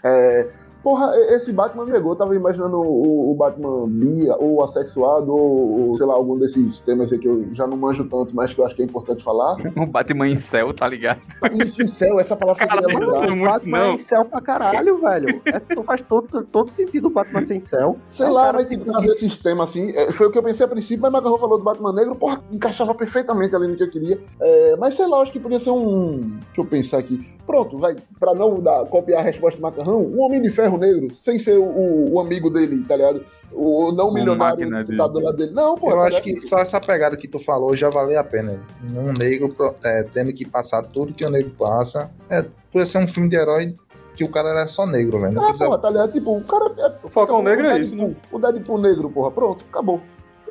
C: É, porra, e- esse Batman negou. Eu tava imaginando o, o Batman Bia, ou assexuado, ou, ou, sei lá, algum desses temas aí que eu já não manjo tanto, mas que eu acho que é importante falar.
A: O Um Batman em céu, tá ligado?
C: Isso, em céu, essa palavra que eu queria
A: Caralho.
C: lembrar.
E: Não,
A: muito,
E: Batman
A: não.
E: é em céu pra caralho, velho. É, tu faz todo, todo sentido o Batman sem céu.
C: Sei
E: É um
C: lá,
E: cara
C: mas tem que trazer esse sistema assim. É, Foi o que eu pensei a princípio, mas Macarrão falou do Batman Negro, porra, encaixava perfeitamente ali no que eu queria. É, mas sei lá, acho que podia ser um. Deixa eu pensar aqui. Pronto, vai, pra não dar- copiar a resposta do Macarrão, um Homem de Ferro Negro, sem ser o, o- o amigo dele, tá ligado? O, o não milionário
A: máquina
C: que tá
A: de-
C: do lado dele. Não, pô,
B: eu
C: tá
B: acho
C: ligado?
B: que só essa pegada que tu falou já valeu a pena. Um negro pro- é, tendo que passar tudo que o negro passa. É, podia ser um filme de herói que o cara era só negro, velho. Não
C: Ah,
B: precisa-
C: porra, tá ligado? Tipo, o cara é
D: O Falcão Negro é isso, né?
C: Deadpool, O Deadpool negro, porra, pronto, acabou.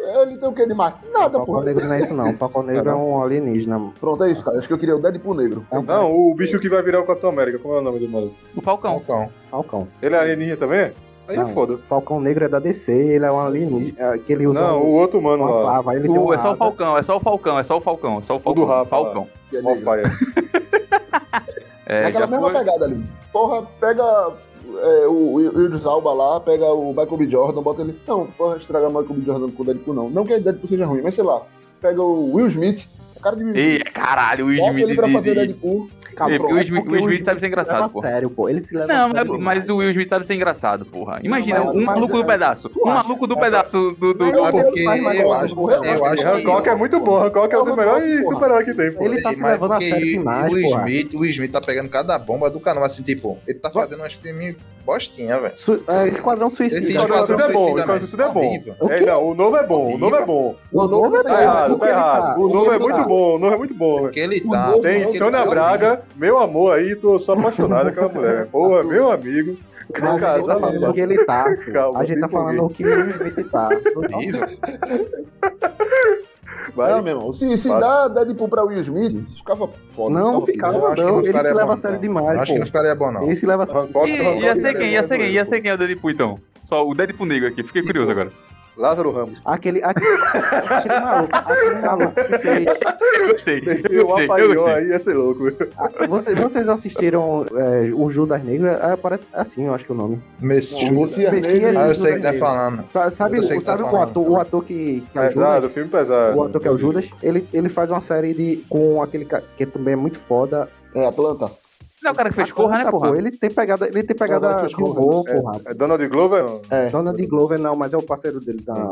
C: Ele tem o que de mais? Nada,
E: Falcão
C: porra.
E: Negro não é isso, não. Falcão Negro é um alienígena. mano.
C: Pronto, é isso, cara. Acho que eu queria o Deadpool negro.
B: É um
D: Não, o bicho que vai virar o Capitão América, como é o nome do maluco?
A: O Falcão.
B: Falcão.
E: Falcão.
D: Ele é alienígena também? Aí
E: Não.
D: é foda.
E: Falcão Negro é da DC, ele é um alienígena. é, Que ele usa
D: Não,
E: um-
D: o outro mano
E: uma
D: lá.
E: clava, ele tem
A: O-
E: uma
A: é só o
E: asa.
A: Falcão, é só o Falcão, é só o Falcão, é só o Falcão.
D: do Rafa,
A: Falcão.
C: que é
D: Ó,
C: negro.
D: pai, é.
A: É,
C: Naquela
A: já
C: mesma
A: foi-
C: pegada ali. Porra, pega é, o o Idris Alba lá, pega o Michael B. Jordan, bota ele. Não, porra, estragar o Michael B. Jordan com o Deadpool não. Não que a Deadpool seja ruim, mas sei lá. Pega o Will Smith, a cara de Will
A: Ih,
C: Smith.
A: caralho, o Will
C: Bota
A: Smith.
C: ele pra
A: de-
C: fazer
A: de-
C: Deadpool.
E: Cabrão,
A: É, porque o Will Smith-
E: porque
A: o Will Smith tá sendo
E: se leva
A: engraçado,
E: a
A: pô.
E: sério, pô. Ele se leva
A: Não,
E: a sério.
A: mas, mas o Will Smith sabe ser engraçado, porra. Imagina,
C: mas-
A: um
C: mas
A: maluco
C: é-
A: do pedaço. Um
C: acha?
A: maluco do pedaço do. do-
E: Mas
A: do-
E: é
B: porque eu
E: faz mais
B: acho,
C: Gordo, gordo,
B: eu
C: gordo,
B: acho
C: gordo.
D: Hancock é muito bom, Hancock é um dos melhores super-heróis que tem, pô.
E: Ele tá se
B: Mas
E: levando a
B: porque
E: sério demais,
B: o
E: porra.
B: Smith, o Smith tá pegando cada bomba do canal, assim, tipo, ele tá fazendo umas filmes bostinha, velho.
E: Su- é, Esquadrão Suicida.
D: Esquadrão
E: cara.
D: Suicida é bom, Esquadrão Suicida é bom.
B: Horrível.
D: É, não, o novo é bom, o novo é bom.
C: O novo é
D: Tá errado, tá
E: ele
D: errado.
E: tá-
D: O novo é
E: ele tá-
D: muito bom, o novo é muito bom. velho.
B: Porque ele
C: O
B: tá.
C: novo
E: é
D: Tem
B: porque ele
D: Sônia
B: tá
D: Braga, meu amor aí, tô só apaixonado com aquela mulher. Porra, meu amigo.
E: Mas a gente tá falando
D: Casado.
E: que ele tá. pô.
D: Calma,
E: A gente tá
D: me
E: falando que o Will Smith tá.
B: horrível.
C: Não,
D: Vai.
C: meu irmão. Se, se
D: Faz.
C: dá Deadpool pra Will Smith, ficava foda.
E: Não,
C: Tava
B: eu
E: ficava
B: acho que
E: não.
B: não
E: Ele se
B: ficaria
E: leva
B: bom,
E: a sério
B: não.
E: demais,
B: Eu acho que é não
E: pô.
B: ficaria bom, não.
E: Ele se leva a sério.
D: Hancock,
A: Ih,
D: Hancock,
A: Ia ser quem, ia ser quem, ia
D: pô.
A: ser quem é o Deadpool então. Só o Deadpool negro aqui, fiquei curioso agora.
D: Lázaro Ramos.
E: Aquele, aquele, aquele é maluco, aquele maluco que fez.
A: Eu gostei, eu
D: Eu
A: gostei, é eu
D: apaiou
A: gostei.
D: aí, ia ser louco.
E: Ah, Vocês, vocês assistiram é, o Judas Negro? É, parece assim, eu acho que é o nome.
B: Messi.
C: Não, Luciano
E: Messias
C: Negro.
B: Ah, eu
E: Judas
B: sei o que tá
E: Negro.
B: falando.
E: Sa- Sabe,
B: Eu sei que tá
E: sabe o,
B: falando.
E: ator, o ator que, que é o Judas?
D: Pesado, filme pesado.
E: O ator que é o Judas, ele, ele faz uma série de com aquele cara que também é muito foda.
C: É, Atlanta.
A: Não, é o cara que fez corra, né,
E: Atlanta, pô,
A: porra?
E: Ele tem pegada, ele tem
C: Agora
E: pegada
C: fez
E: de
C: Corra.
E: humor, porra.
D: É Donald Glover? Não.
C: É.
E: Donald Glover não, mas é o parceiro dele da.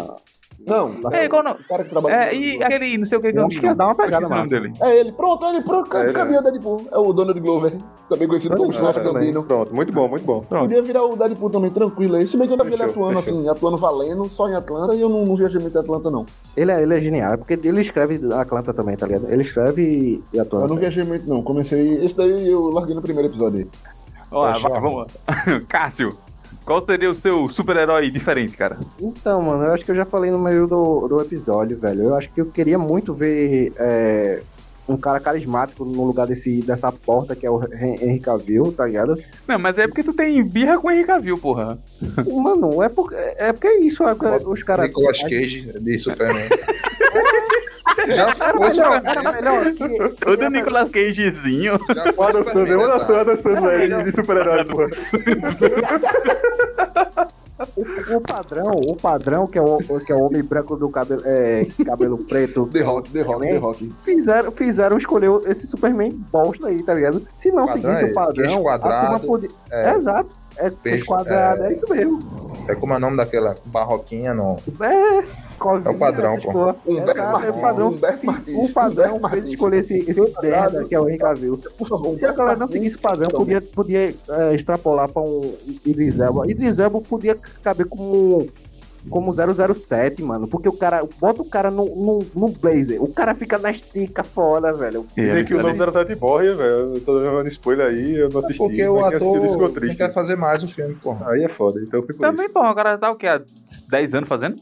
C: Não,
E: da
A: É, qual não?
C: o cara que trabalha.
A: É, e aquele não sei o que
E: Eu acho que ia dar uma
A: Esqueci
E: pegada
A: o nome
E: massa.
A: dele.
C: É ele. Pronto, ele. Pronto,
D: É ele.
C: caminhou o Deadpool. É o Donald Glover. Também conhecido como
E: Donald
C: Snoff
D: Glover
C: Gambino.
D: É, Pronto, muito bom, muito bom.
A: Pronto.
C: Podia virar o Deadpool também, tranquilo aí. Se bem que eu não vi ele
D: Fechou,
C: atuando
D: fechou. Tá
C: assim, atuando valendo, só em Atlanta, e eu não, não viajei muito em Atlanta, não.
E: Ele é, ele é genial, é porque ele escreve a Atlanta também, tá ligado? Ele escreve e atua.
C: Eu não viajei muito, não. Comecei. Esse daí eu larguei no primeiro episódio aí.
A: Ó, lá, vai, vamos lá. Cássio, qual seria o seu super-herói diferente, cara?
E: Então, mano, eu acho que eu já falei no meio do, do episódio, velho. Eu acho que eu queria muito ver é, um cara carismático no lugar desse, dessa porta que é o Hen- Henry Cavill, tá ligado?
A: Não, mas é porque tu tem birra com o Henrique Cavill, porra.
E: Mano, é porque é, porque é isso, é, porque os caras.
B: Nicolas Cage de Superman.
E: Era melhor, era melhor. que-
A: Todo Nicolas Cagezinho.
D: Uma dançando, uma dançando, dançando aí é de- de super-herói, pô.
E: o, o padrão, o padrão que é o, que é o homem branco do cabelo, é, cabelo preto.
C: The Rock, The Rock, The Rock.
E: Fizeram, fizeram escolher esse Superman bosta aí, tá ligado? Se não
B: O padrão
E: seguisse
B: é
E: o
B: esse, peixe
E: padrão,
B: quadrado,
E: a turma podia.
B: é.
E: Exato. É peixe
B: Peixe,
E: quadrado, é... isso mesmo.
B: É como é o nome daquela barroquinha, não.
E: É. Covid,
B: É o padrão,
E: essas
B: pô.
E: porra.
C: Humberto
E: Exato, é o
C: Martins,
E: padrão.
C: Humberto Martins,
E: O padrão
C: Humberto
E: fez
C: Martins.
E: escolher esse, esse merda que é o Henrique Cavill.
C: Por favor, um
E: Se a galera não seguisse o padrão, podia, podia é, extrapolar pra um Idris Elba. Idris Elba podia caber como como 007, mano. Porque o cara, bota o cara no, no, no blazer, o cara fica na estica foda, velho.
D: Dizer que o nome 07 morre, velho. Eu tô dando spoiler aí, eu não assisti.
B: Porque
D: mas
B: o
D: quem assistiu disse que ficou
B: ator não
D: triste.
B: quer fazer mais o filme, porra.
D: Aí é foda, então foi por
A: Também,
D: isso.
A: porra, o cara tá o quê? Há 10 anos fazendo?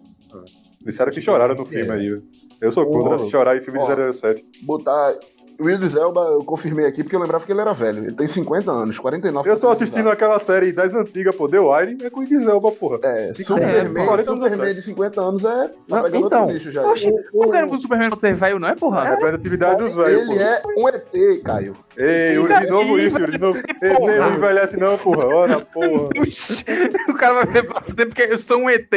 D: Disseram que choraram no filme aí, velho. Eu sou contra
C: Porra.
D: chorar em filme
C: Porra.
D: de 007.
C: Botar. O Idris Elba, eu confirmei aqui porque eu lembrava que ele era velho. Ele tem 50 anos, 49
D: Eu tô
C: pra
D: assistindo aquela série das antigas, pô, The Wire, é com o Idris Elba, porra.
C: É,
D: Fica
C: Superman,
D: 40 anos
C: Superman
D: atrás.
C: de 50 anos é. Tá
E: Não,
C: pegando
E: então,
C: outro lixo já.
A: Oxe, o cara do Superman não ser velho, não é,
D: É
A: porra?
D: Representatividade dos velhos, pô.
C: Ele é um ET, Caio.
D: Ei, Yuri, de novo isso, Yuri, de novo. Ei, nem não envelhece não, porra. Ora, porra.
A: Oxi, o cara vai ver pra porque eu sou um ET.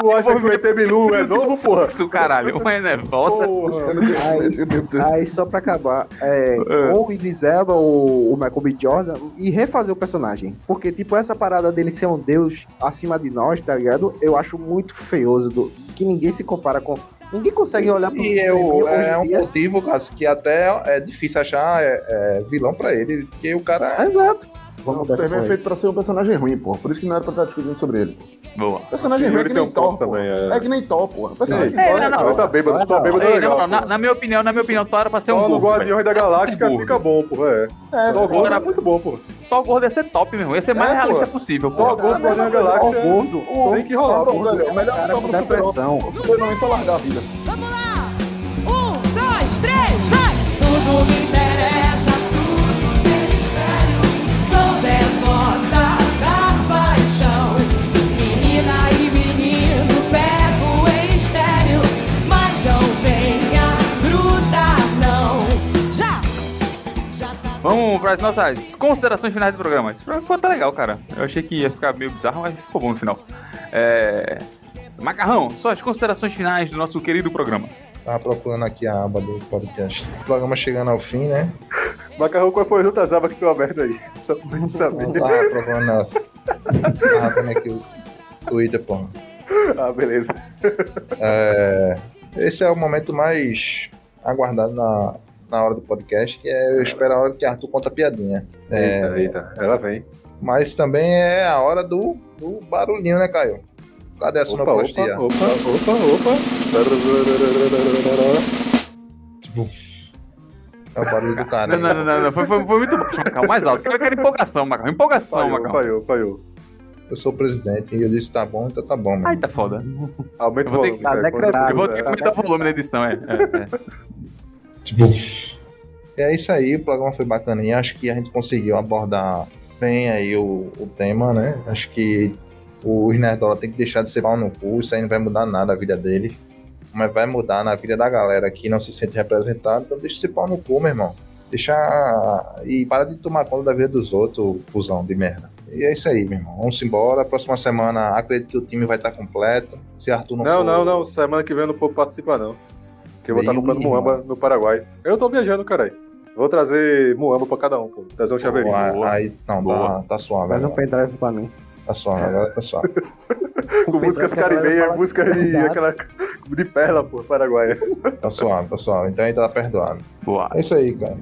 D: Tu acha que o ET Bilu é novo, porra?
A: Isso, caralho, mas não é volta.
D: Porra.
C: é
D: é
E: Aí, aí só pra acabar, é, ou o Idris Elba ou o Michael B. Jordan e refazer o personagem. Porque, tipo, essa parada dele ser um deus acima de nós, tá ligado? Eu acho muito feioso, do, que ninguém se compara com... Ninguém consegue olhar pro
B: E eu,
E: Tá hoje em
B: é um
E: dia.
B: motivo, cara, que até é difícil achar é, é, vilão pra ele, porque o cara
D: é um
E: Exato.
C: Não, o
E: Vamos dessa
C: Superman é
E: coisa.
C: feito pra ser um personagem ruim, porra. Por isso que não era pra estar discutindo sobre ele.
A: Boa.
C: Personagem ruim é
D: Yuri
C: que
D: tem
C: nem
D: um ponto
C: Thor, porra.
D: também, é.
C: É que nem Thor, porra. Personagem que
A: É,
C: Thor
A: não, não.
D: Não, tá bêbado, tá bêbado é
A: É, não,
D: legal.
A: na,
D: pô.
A: na minha opinião, na minha opinião, Thor era pra ser um
D: Só no
A: gordo. velho.
D: Guardiões da Galáxia
A: Gordo.
D: fica bom, porra. É.
C: É,
D: Thor
A: gordo
D: Gordo
A: era
D: é muito bom, porra.
A: Thor gordo ia ser top mesmo, ia ser mais
D: É,
A: realista
D: pô.
A: possível,
D: Thor
A: porra.
D: Gordo, Guardiões da Galáxia.
E: Ó, um gordo.
D: é- Tem que rolar,
C: Não,
D: porra.
C: velho, o melhor
E: Cara
C: só
E: com
C: pro
E: depressão.
C: super-homem. O super-homem é só largar a vida.
H: Vamos lá! Um, dois, três, vai! Tudo me interessa, tudo tem mistério. Sou devota da paixão. Menina e menino, pego em estéreo. Mas não venha grudar, não. Já! Já tá.
A: Vamos para as nossas considerações finais do programa. Esse programa ficou até legal, cara. Eu achei que ia ficar meio bizarro, mas ficou bom no final. É... Macarrão, suas considerações finais do nosso querido programa.
B: tava procurando aqui a aba do podcast. O programa chegando ao fim, né?
D: Macarrão, qual foi as outras abas que estão abertas aí? Só pra gente saber.
B: Não tava procurando ela. Tava vendo aqui né, o Twitter, porra.
D: Ah, beleza.
B: É, esse é o momento mais aguardado na, na hora do podcast, que é eu espero a hora que Arthur conta piadinha. É,
D: Eita, eita. Ela vem.
B: mas também é a hora do, do barulhinho, né, Caio? Cadê a
D: Opa, opa, opa,
B: sonoplastia?
D: opa, opa.
B: É o barulho do
D: Ah,
B: cara.
A: Não, não, não, não, não. Foi, foi- foi muito baixo, Macarrão. Mais alto. Quero, quero empolgação, Macarrão. Empolgação,
D: Falhou,
A: Macarrão.
D: falhou, falhou.
B: Eu sou o presidente e eu disse tá bom, então tá bom.
A: Ai,
B: Mano.
A: tá foda.
D: Aumenta o
A: Eu vou ter que
D: volume.
E: tá
D: cara, quando-
E: declarado,
A: Eu vou ter que
D: é.
A: aumentar o volume da edição, é. é, é.
B: Tipo, E é isso aí, o programa foi bacaninha. Acho que a gente conseguiu abordar bem aí o, o tema, né? Acho que os Nerdola tem que deixar de ser pau no cu, isso aí não vai mudar nada a vida dele. Mas vai mudar na vida da galera que não se sente representada. Então deixa de ser pau no cu, meu irmão. Deixar. E para de tomar conta da vida dos outros, cuzão de merda. E é isso aí, meu irmão. Vamos embora. Próxima semana acredito que o time vai estar completo. Se Arthur não
D: Não,
B: for-
D: não, não. Semana que vem eu não vou participar, não. Que eu vou estar
B: Meu
D: comprando Muamba no Paraguai. Eu tô viajando, caralho. Vou trazer Muamba pra cada um, pô. Trazer um chaveirinho.
B: Boa, Aí, não, tá,
A: Boa.
B: tá suave.
E: Faz um
B: Agora.
E: pendrive pra mim. Um
B: Tá suave, agora tá suave.
D: Com músicas caribenhas, música de,
E: é Exato.
D: aquela, de perla, pô, paraguaia.
B: Tá suave, tá suave. Então ainda tá perdoado.
A: Boa.
B: É isso aí, cara.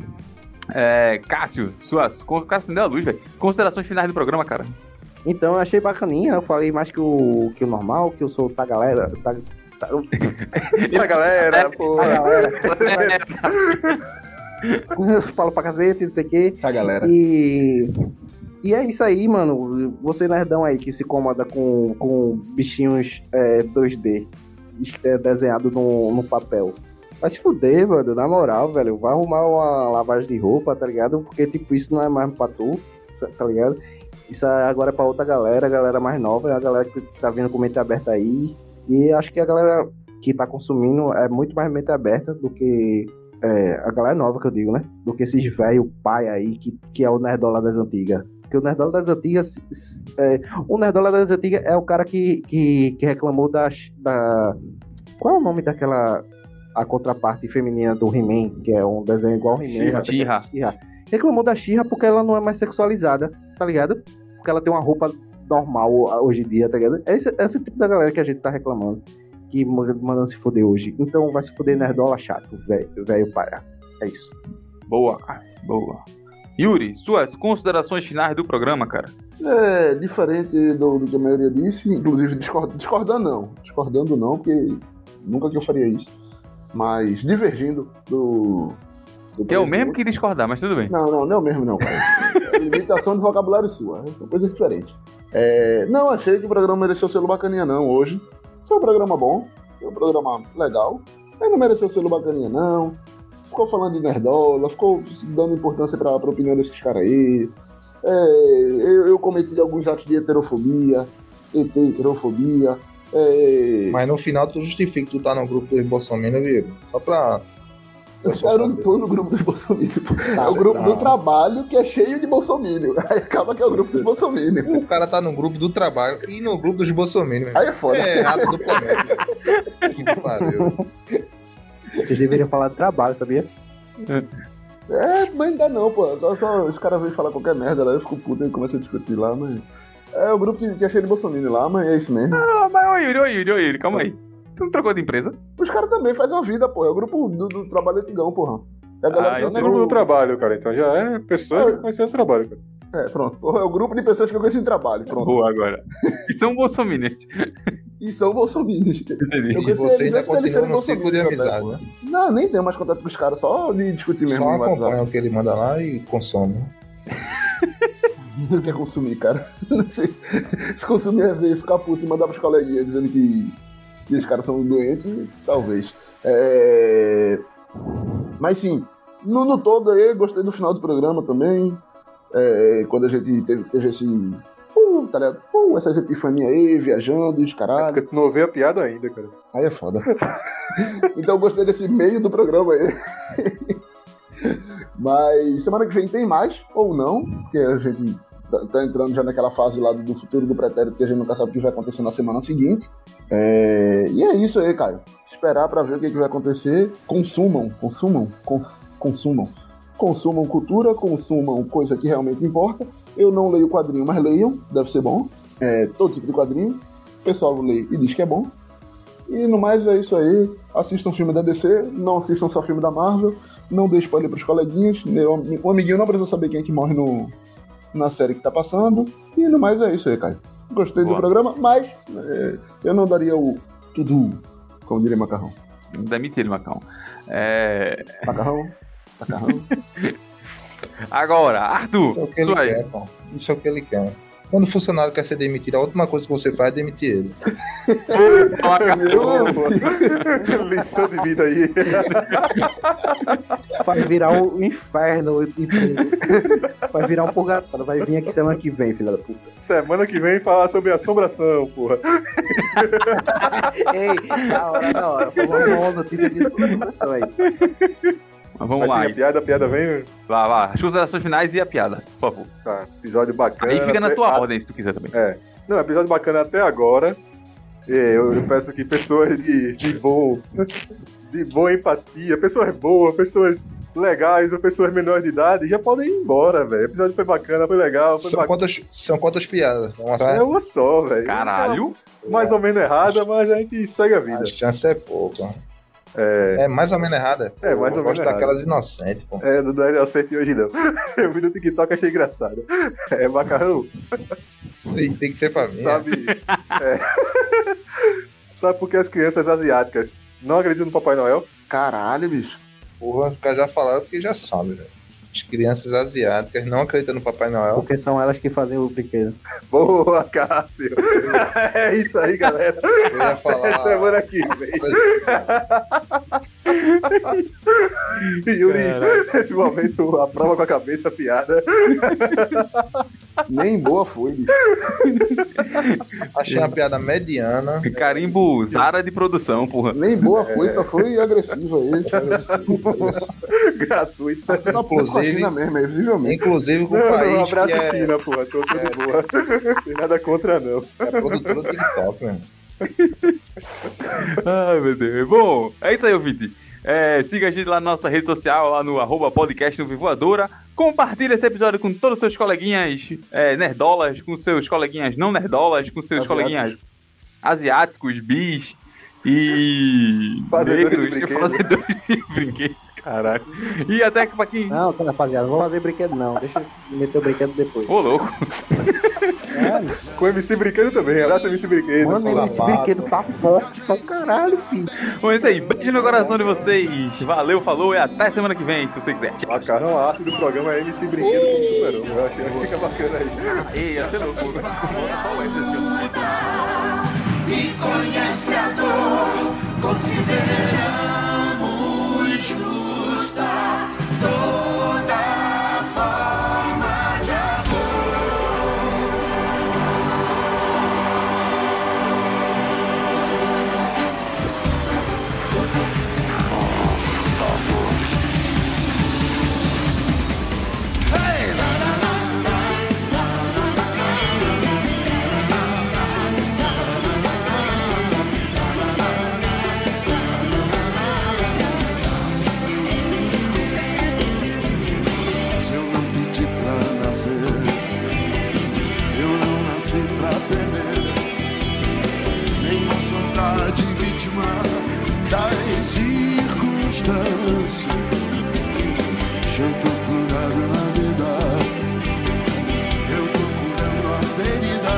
A: É, Cássio, suas. con- Cássio, não deu a luz, velho. Considerações finais do programa, cara.
E: Então, eu achei bacaninha. Eu falei mais que o, que o normal, que eu sou da galera. Tá, tá,
D: Pra galera, pô.
E: a galera. eu falo pra cacete, não sei o quê.
C: Tá, galera.
E: E, e é isso aí, mano. Você nerdão aí que se incomoda com, com bichinhos é, 2D es- é, desenhado no, no papel. Vai se fuder, mano. Na moral, velho. Vai arrumar uma lavagem de roupa, tá ligado? Porque, tipo, isso não é mais pra tu, sa- tá ligado? Isso é- agora é pra outra galera, a galera mais nova, a galera que tá vindo com mente aberta aí. E acho que a galera que tá consumindo é muito mais mente aberta do que é, a galera nova que eu digo, né? Do que esses velho pai aí que, que é o nerdola das antigas. Porque o nerdola das antigas. se- se- é, o nerdola das antigas é o cara que, que, que reclamou das, da. Qual é o nome daquela. A contraparte feminina do He-Man, que é um desenho igual ao
A: She-Ra.
E: He-Man. essa que é a She-Ra. Reclamou da Xirra porque ela não é mais sexualizada, tá ligado? Porque ela tem uma roupa normal hoje em dia, tá ligado? É esse, é esse tipo da galera que a gente tá reclamando. Que manda- mandando se foder hoje. Então vai se foder nerdola chato, velho velho paia. É isso.
A: Boa, Cássio, boa. Yuri, suas considerações finais do programa, cara.
C: É, diferente do, do que a maioria disse, inclusive discor- discordando não, discordando não, porque nunca que eu faria isso, mas divergindo do... do
A: Que é o
C: presidente.
A: mesmo que discordar, mas tudo bem.
C: Não, não, não é o mesmo não, cara. É limitação de vocabulário sua, é uma coisa diferente. É, não, achei que o programa mereceu selo bacaninha não hoje. Foi um programa bom, foi um programa legal, mas não mereceu selo bacaninha não. Ficou falando de nerdola, ficou dando importância pra, pra opinião desses caras aí. É, eu, eu cometi alguns atos de heterofobia, ET heterofobia. É,
B: Mas no final tu justifica que tu tá no grupo dos Bolsonaro, Diego. Só pra.
C: eu não tô no um grupo dos bolsominions. É o grupo do trabalho que é cheio de bolsominion. Aí acaba que é o grupo dos bolsominions.
B: O cara tá no grupo do trabalho e no grupo dos Bolsonaro.
C: Aí é foda.
B: É errado do planeta. Que pariu.
E: Vocês deveriam falar de trabalho, sabia?
C: É, mas ainda não, pô. Só, só os caras vêm falar qualquer merda lá, eu fico puto e começo a discutir lá, mas. É o grupo que tinha cheio de Bolsonaro lá, mas é isso mesmo.
A: Ah, mas ô Yuri, ô Yuri, ô Yuri, calma aí. Tu não trocou de empresa?
C: Os caras também fazem uma vida, pô. É o grupo do, do trabalho antigão, porra. É a galera
A: Ah,
C: que
A: eu
D: Não
C: anda
D: é grupo
C: no-
D: do trabalho, cara. Então já é pessoa
C: É.
D: que conheceu o trabalho, cara.
C: É, pronto. Porra, é o grupo de pessoas que eu conheço em trabalho, pronto.
A: Boa agora. Então, Bolsonaro.
C: E são bolsominions.
A: Entendi.
C: Eu
B: E
C: conheci
B: você
C: eles
B: ainda
C: antes deles serem
B: continua no ciclo de
C: bolsominions,
B: amizade,
C: até,
B: né?
C: pô. Não, nem tenho mais contato com os caras, só de discutir
B: Só
C: mesmo no WhatsApp.
B: acompanha o que ele manda lá e consome.
C: Não quer consumir, cara. Não sei. Se consumir é ver, ficar puto e mandar pros coleguinhas dizendo que, que os caras são doentes, talvez. É... Mas sim, no, no todo aí, gostei do final do programa também. É, quando a gente teve, teve esse. Uh, tá ligado? Uh, essas epifanias aí, viajando, e os caralho.
D: Porque tu não vê a piada ainda, cara.
C: Aí é foda. então eu gostei desse meio do programa aí. Mas semana que vem tem mais, ou não, porque a gente tá, tá entrando já naquela fase lá do futuro do pretérito que a gente nunca sabe o que vai acontecer na semana seguinte. É, E é isso aí, Caio. Esperar pra ver o que, que vai acontecer. Consumam, consumam, cons- consumam. Consumam cultura, consumam coisa que realmente importa. Eu não leio quadrinho, mas leiam, deve ser bom. É, todo tipo de quadrinho. O pessoal lê e diz que é bom. E no mais é isso aí. Assistam filme da DC, não assistam só filme da Marvel, não dê spoiler pros coleguinhas. né? O ami- o amiguinho não precisa saber quem é que morre no, na série que tá passando. E no mais é isso aí, Caio. Gostei
A: Boa.
C: do programa, mas é, eu não daria o tudo, como diria macarrão.
A: Demite ele, Macão. É...
C: Macarrão, macarrão.
A: Agora, Arthur,
B: Isso é o que ele
A: suas-
B: quer, pô. Isso é o que ele quer. Quando o funcionário quer ser demitido, a última coisa que você faz é demitir ele.
D: Lição de vida aí.
E: Vai virar o inferno. o emprego. Vai virar um purgatório. Vai vir aqui semana que vem, filha da puta.
D: Semana que vem falar sobre assombração, porra.
E: Ei, tá, na hora, na hora. Foi uma boa notícia de situação aí.
A: Mas vamos lá,
D: Mas sim, Assim, a piada, a piada vem.
A: vá, vá. As considerações finais e a piada, por favor.
D: Tá, episódio bacana.
A: Aí fica na
D: até-
A: tua
D: é, a- É,
A: ordem, se tu quiser também.
D: Não, um episódio bacana até agora. É, Eu, eu peço que pessoas de, de bom. De boa empatia, pessoas boas, pessoas legais ou pessoas menores de idade já podem ir embora, velho. O episódio foi bacana, foi legal, foi
B: São
D: bacana.
B: quantas, são quantas piadas? Uma
D: É uma só, velho.
A: Caralho.
D: Mais ou menos errada, mas a gente segue a vida.
B: A chance é pouca.
D: né? É,
B: É mais ou menos errada.
D: É, mais ou
B: Eu
D: menos
B: gosto
D: errada.
B: daquelas inocentes, pô.
D: é não dá inocente hoje não. Eu vi no TikTok achei engraçado. É macarrão,
B: Tem, tem que ser pra mim.
D: sabe? é. sabe por que as crianças asiáticas não acreditam no Papai Noel?
C: Caralho, bicho.
B: é. Porra, os caras já falaram porque já sabem, velho. As crianças asiáticas não acreditam no Papai Noel.
E: Porque são elas que fazem o brinquedo.
D: Boa, Cássio! é isso aí, galera.
B: Eu ia
D: Até
B: falar.
D: semana que vem. Yuri, nesse momento, a prova com a cabeça, a piada.
C: Nem boa foi, bicho.
B: Achei uma piada mediana.
A: Carimbo Zara de produção, porra.
C: Nem boa foi, só foi agressiva aí.
D: Gratuito.
C: Tá tudo a puta Tá com a China mesmo, aí, visivelmente.
B: Inclusive com o
D: Não, não, um
B: país
D: abraço
B: que é,
D: China, porra. Tô, tô de boa. Tem nada contra, não.
B: é produtor do TikTok, mano.
A: Ai, meu Deus. Bom, é isso aí, ouvinte. É, siga a gente lá na nossa rede social, lá no arroba podcast no Vivoadora. Compartilha esse episódio com todos os seus coleguinhas é, nerdolas, com seus coleguinhas não nerdolas, com seus
C: Asiáticos.
A: coleguinhas asiáticos, bis e
D: Fazedores de
A: negros,
D: brinquedo.
A: fazedores de brinquedo. Caraca. E até que pra quem.
E: Não, tá, rapaziada, não vou fazer brinquedo não. Deixa eu meter o brinquedo depois.
A: Ô, louco.
I: Com o MC Brinquedo também, abraço MC Brinquedo.
E: Mano, esse
B: lavado.
E: brinquedo tá forte, só caralho, filho.
A: Bom, é isso aí. Beijo no coração de vocês. Valeu, falou e até semana que vem, se você quiser. Tchau.
I: A carrão ácido do programa é MC Brinquedo com Superão. Eu achei que fica bacana aí.
A: Ei, até louco.
J: e conhece a dor, consideramos justa toda forma de amor.
D: Se eu não pedi pra nascer, eu não nasci pra temer. Nem uma saudade vítima das circunstâncias. Jeito plurável na vida, eu tô curando a ferida.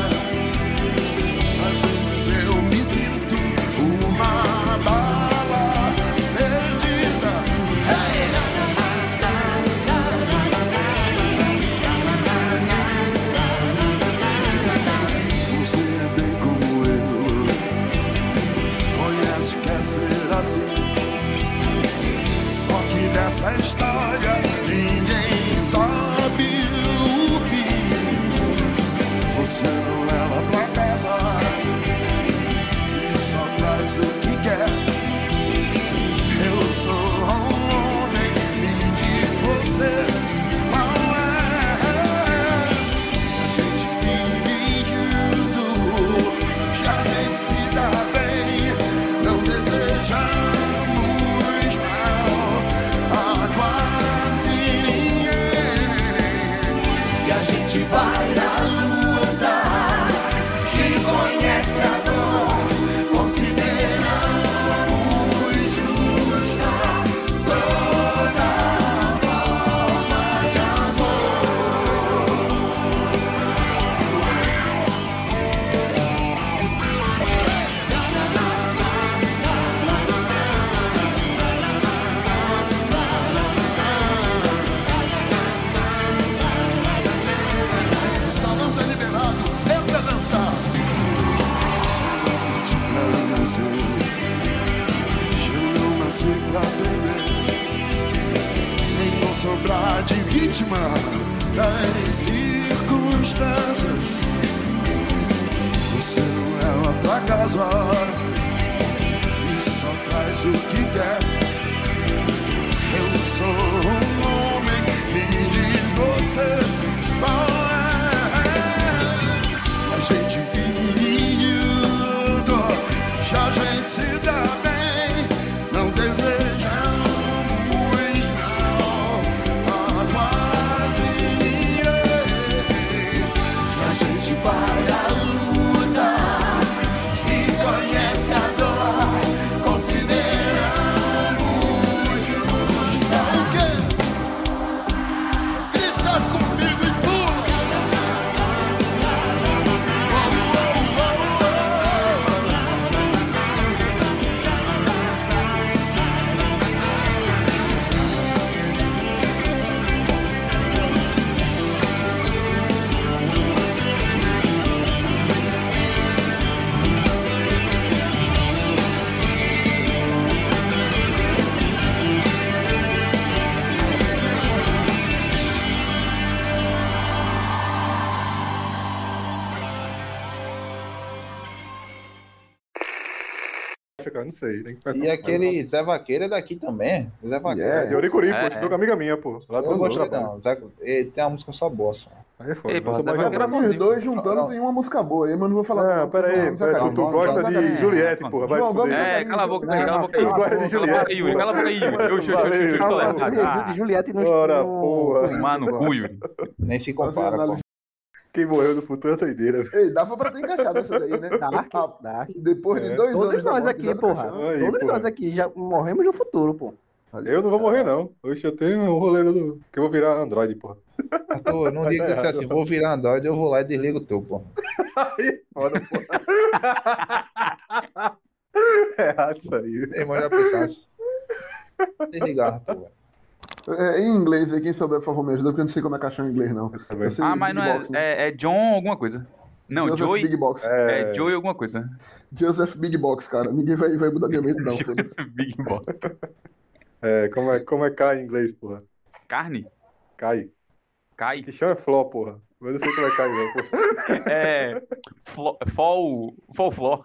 D: Às vezes eu me sinto uma bala perdida. Você é bem como eu. Conhece o que é ser assim. Só que dessa história ninguém sabe o fim. Você não leva pra casa e só traz o que quer. Eu sou um homem, me diz você qual é. A gente vive junto, já a gente se dá bem. Não desejamos mal a quase ninguém.
J: E a gente vai na luta, que conhece a dor, consideramos justa toda.
D: O salão tá liberado, é pra dançar. Se eu não pedi pra nascer, eu não nasci pra beber. Nem vou sobrar de vítima das circunstâncias. Você não é leva pra casa e só traz o que quer. Eu sou um homem, me diz você qual é. A gente vive junto, já a gente se dá bem. Não desejamos mal a quase ninguém. A gente vai à luta, se conhece a dor, consideramos justa. O quê? Grita comigo e pula!
I: Acho, cara, Não sei. Tem que fazer-
B: E aquele Zé Vaqueiro é daqui também. Zé Vaqueiro.
I: É, de Oricuri,
A: É,
I: pô. Estudou
A: é.
I: com amiga minha, pô. Lá todo
B: Eu
I: mundo
B: gostei,
I: trabalha.
B: não. Zé... Ele tem uma música só boa, só.
I: Aí é foda.
A: Ei, pô,
I: Nossa,
A: Zé
I: mas
A: Vaqueiro
I: já-
A: é
C: Os dois
B: Não.
C: juntando tem uma música boa, aí, mas não vou falar. é
I: Não,
C: não.
I: É, peraí,
C: Vamos, Zé
I: peraí. Tu,
C: Carlinhos,
I: tu
C: vamos,
I: gosta
C: vamos, Zé
I: de
C: Carlinhos.
I: Juliette, porra. Vai
C: João,
I: fuder.
C: vamos,
A: É, cala a boca,
C: Não,
A: cala a boca aí.
I: não,
A: Cala a
I: não,
A: boca aí, Yuri. Cala a boca aí, Yuri. Eu, eu, eu, eu, eu,
E: Ah,
A: eu,
E: fazer review de Juliette no
I: Ora,
E: no-
I: porra.
A: Ah, Tomar no cu, Yuri.
B: Nem se
C: Fazer
B: compara, pô.
C: análise.
I: Quem morreu no futuro é doideira, velho.
C: Ei, dava pra ter encaixado essa daí, né?
E: Dark,
C: Ah,
E: Dark.
C: Depois de
I: É.
C: dois anos.
E: Todos
C: da
E: nós
C: morte de
E: aqui,
C: Zé
E: porra.
C: Caixão.
I: Aí,
E: Todos
I: porra.
E: nós aqui já morremos no um futuro, pô.
D: Eu não vou morrer, não. Hoje eu tenho um roleiro do. que eu vou virar Android, porra.
B: Arthur, não diga que você assim, vou virar Android, eu vou lá e desligo o teu, pô.
D: Aí, foda, porra. é errado isso aí. velho.
B: Ei, mano, já pensasse. Desligar, Arthur. velho.
C: É, em inglês, aí, quem souber, por favor, me ajuda, porque eu não sei como é caixão em inglês, não. Eu sei
A: Ah, mas não
C: Big
A: é,
C: Box, né?
A: é. é John alguma coisa. Não,
C: Joseph
A: Joey.
C: Big Box.
A: É Joey alguma coisa.
C: Joseph Big Box, cara. Ninguém vai, vai mudar minha mente, não, foda-se.
A: Big Boss.
D: É, como é, como é cai em inglês, porra?
A: Carne?
D: Cai.
A: Cai?
D: Que chama é fló, porra. Mas eu não sei como é cai, não, porra.
A: É. flo- Fall. Fall Floor.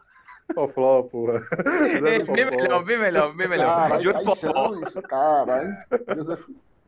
D: Ó, fló, porra.
A: É,
D: José do
A: bem
D: Fofó.
A: melhor, bem melhor, bem melhor.
C: Caralho,
A: Joey Fall Floor.
C: caixão, isso, caralho. Joseph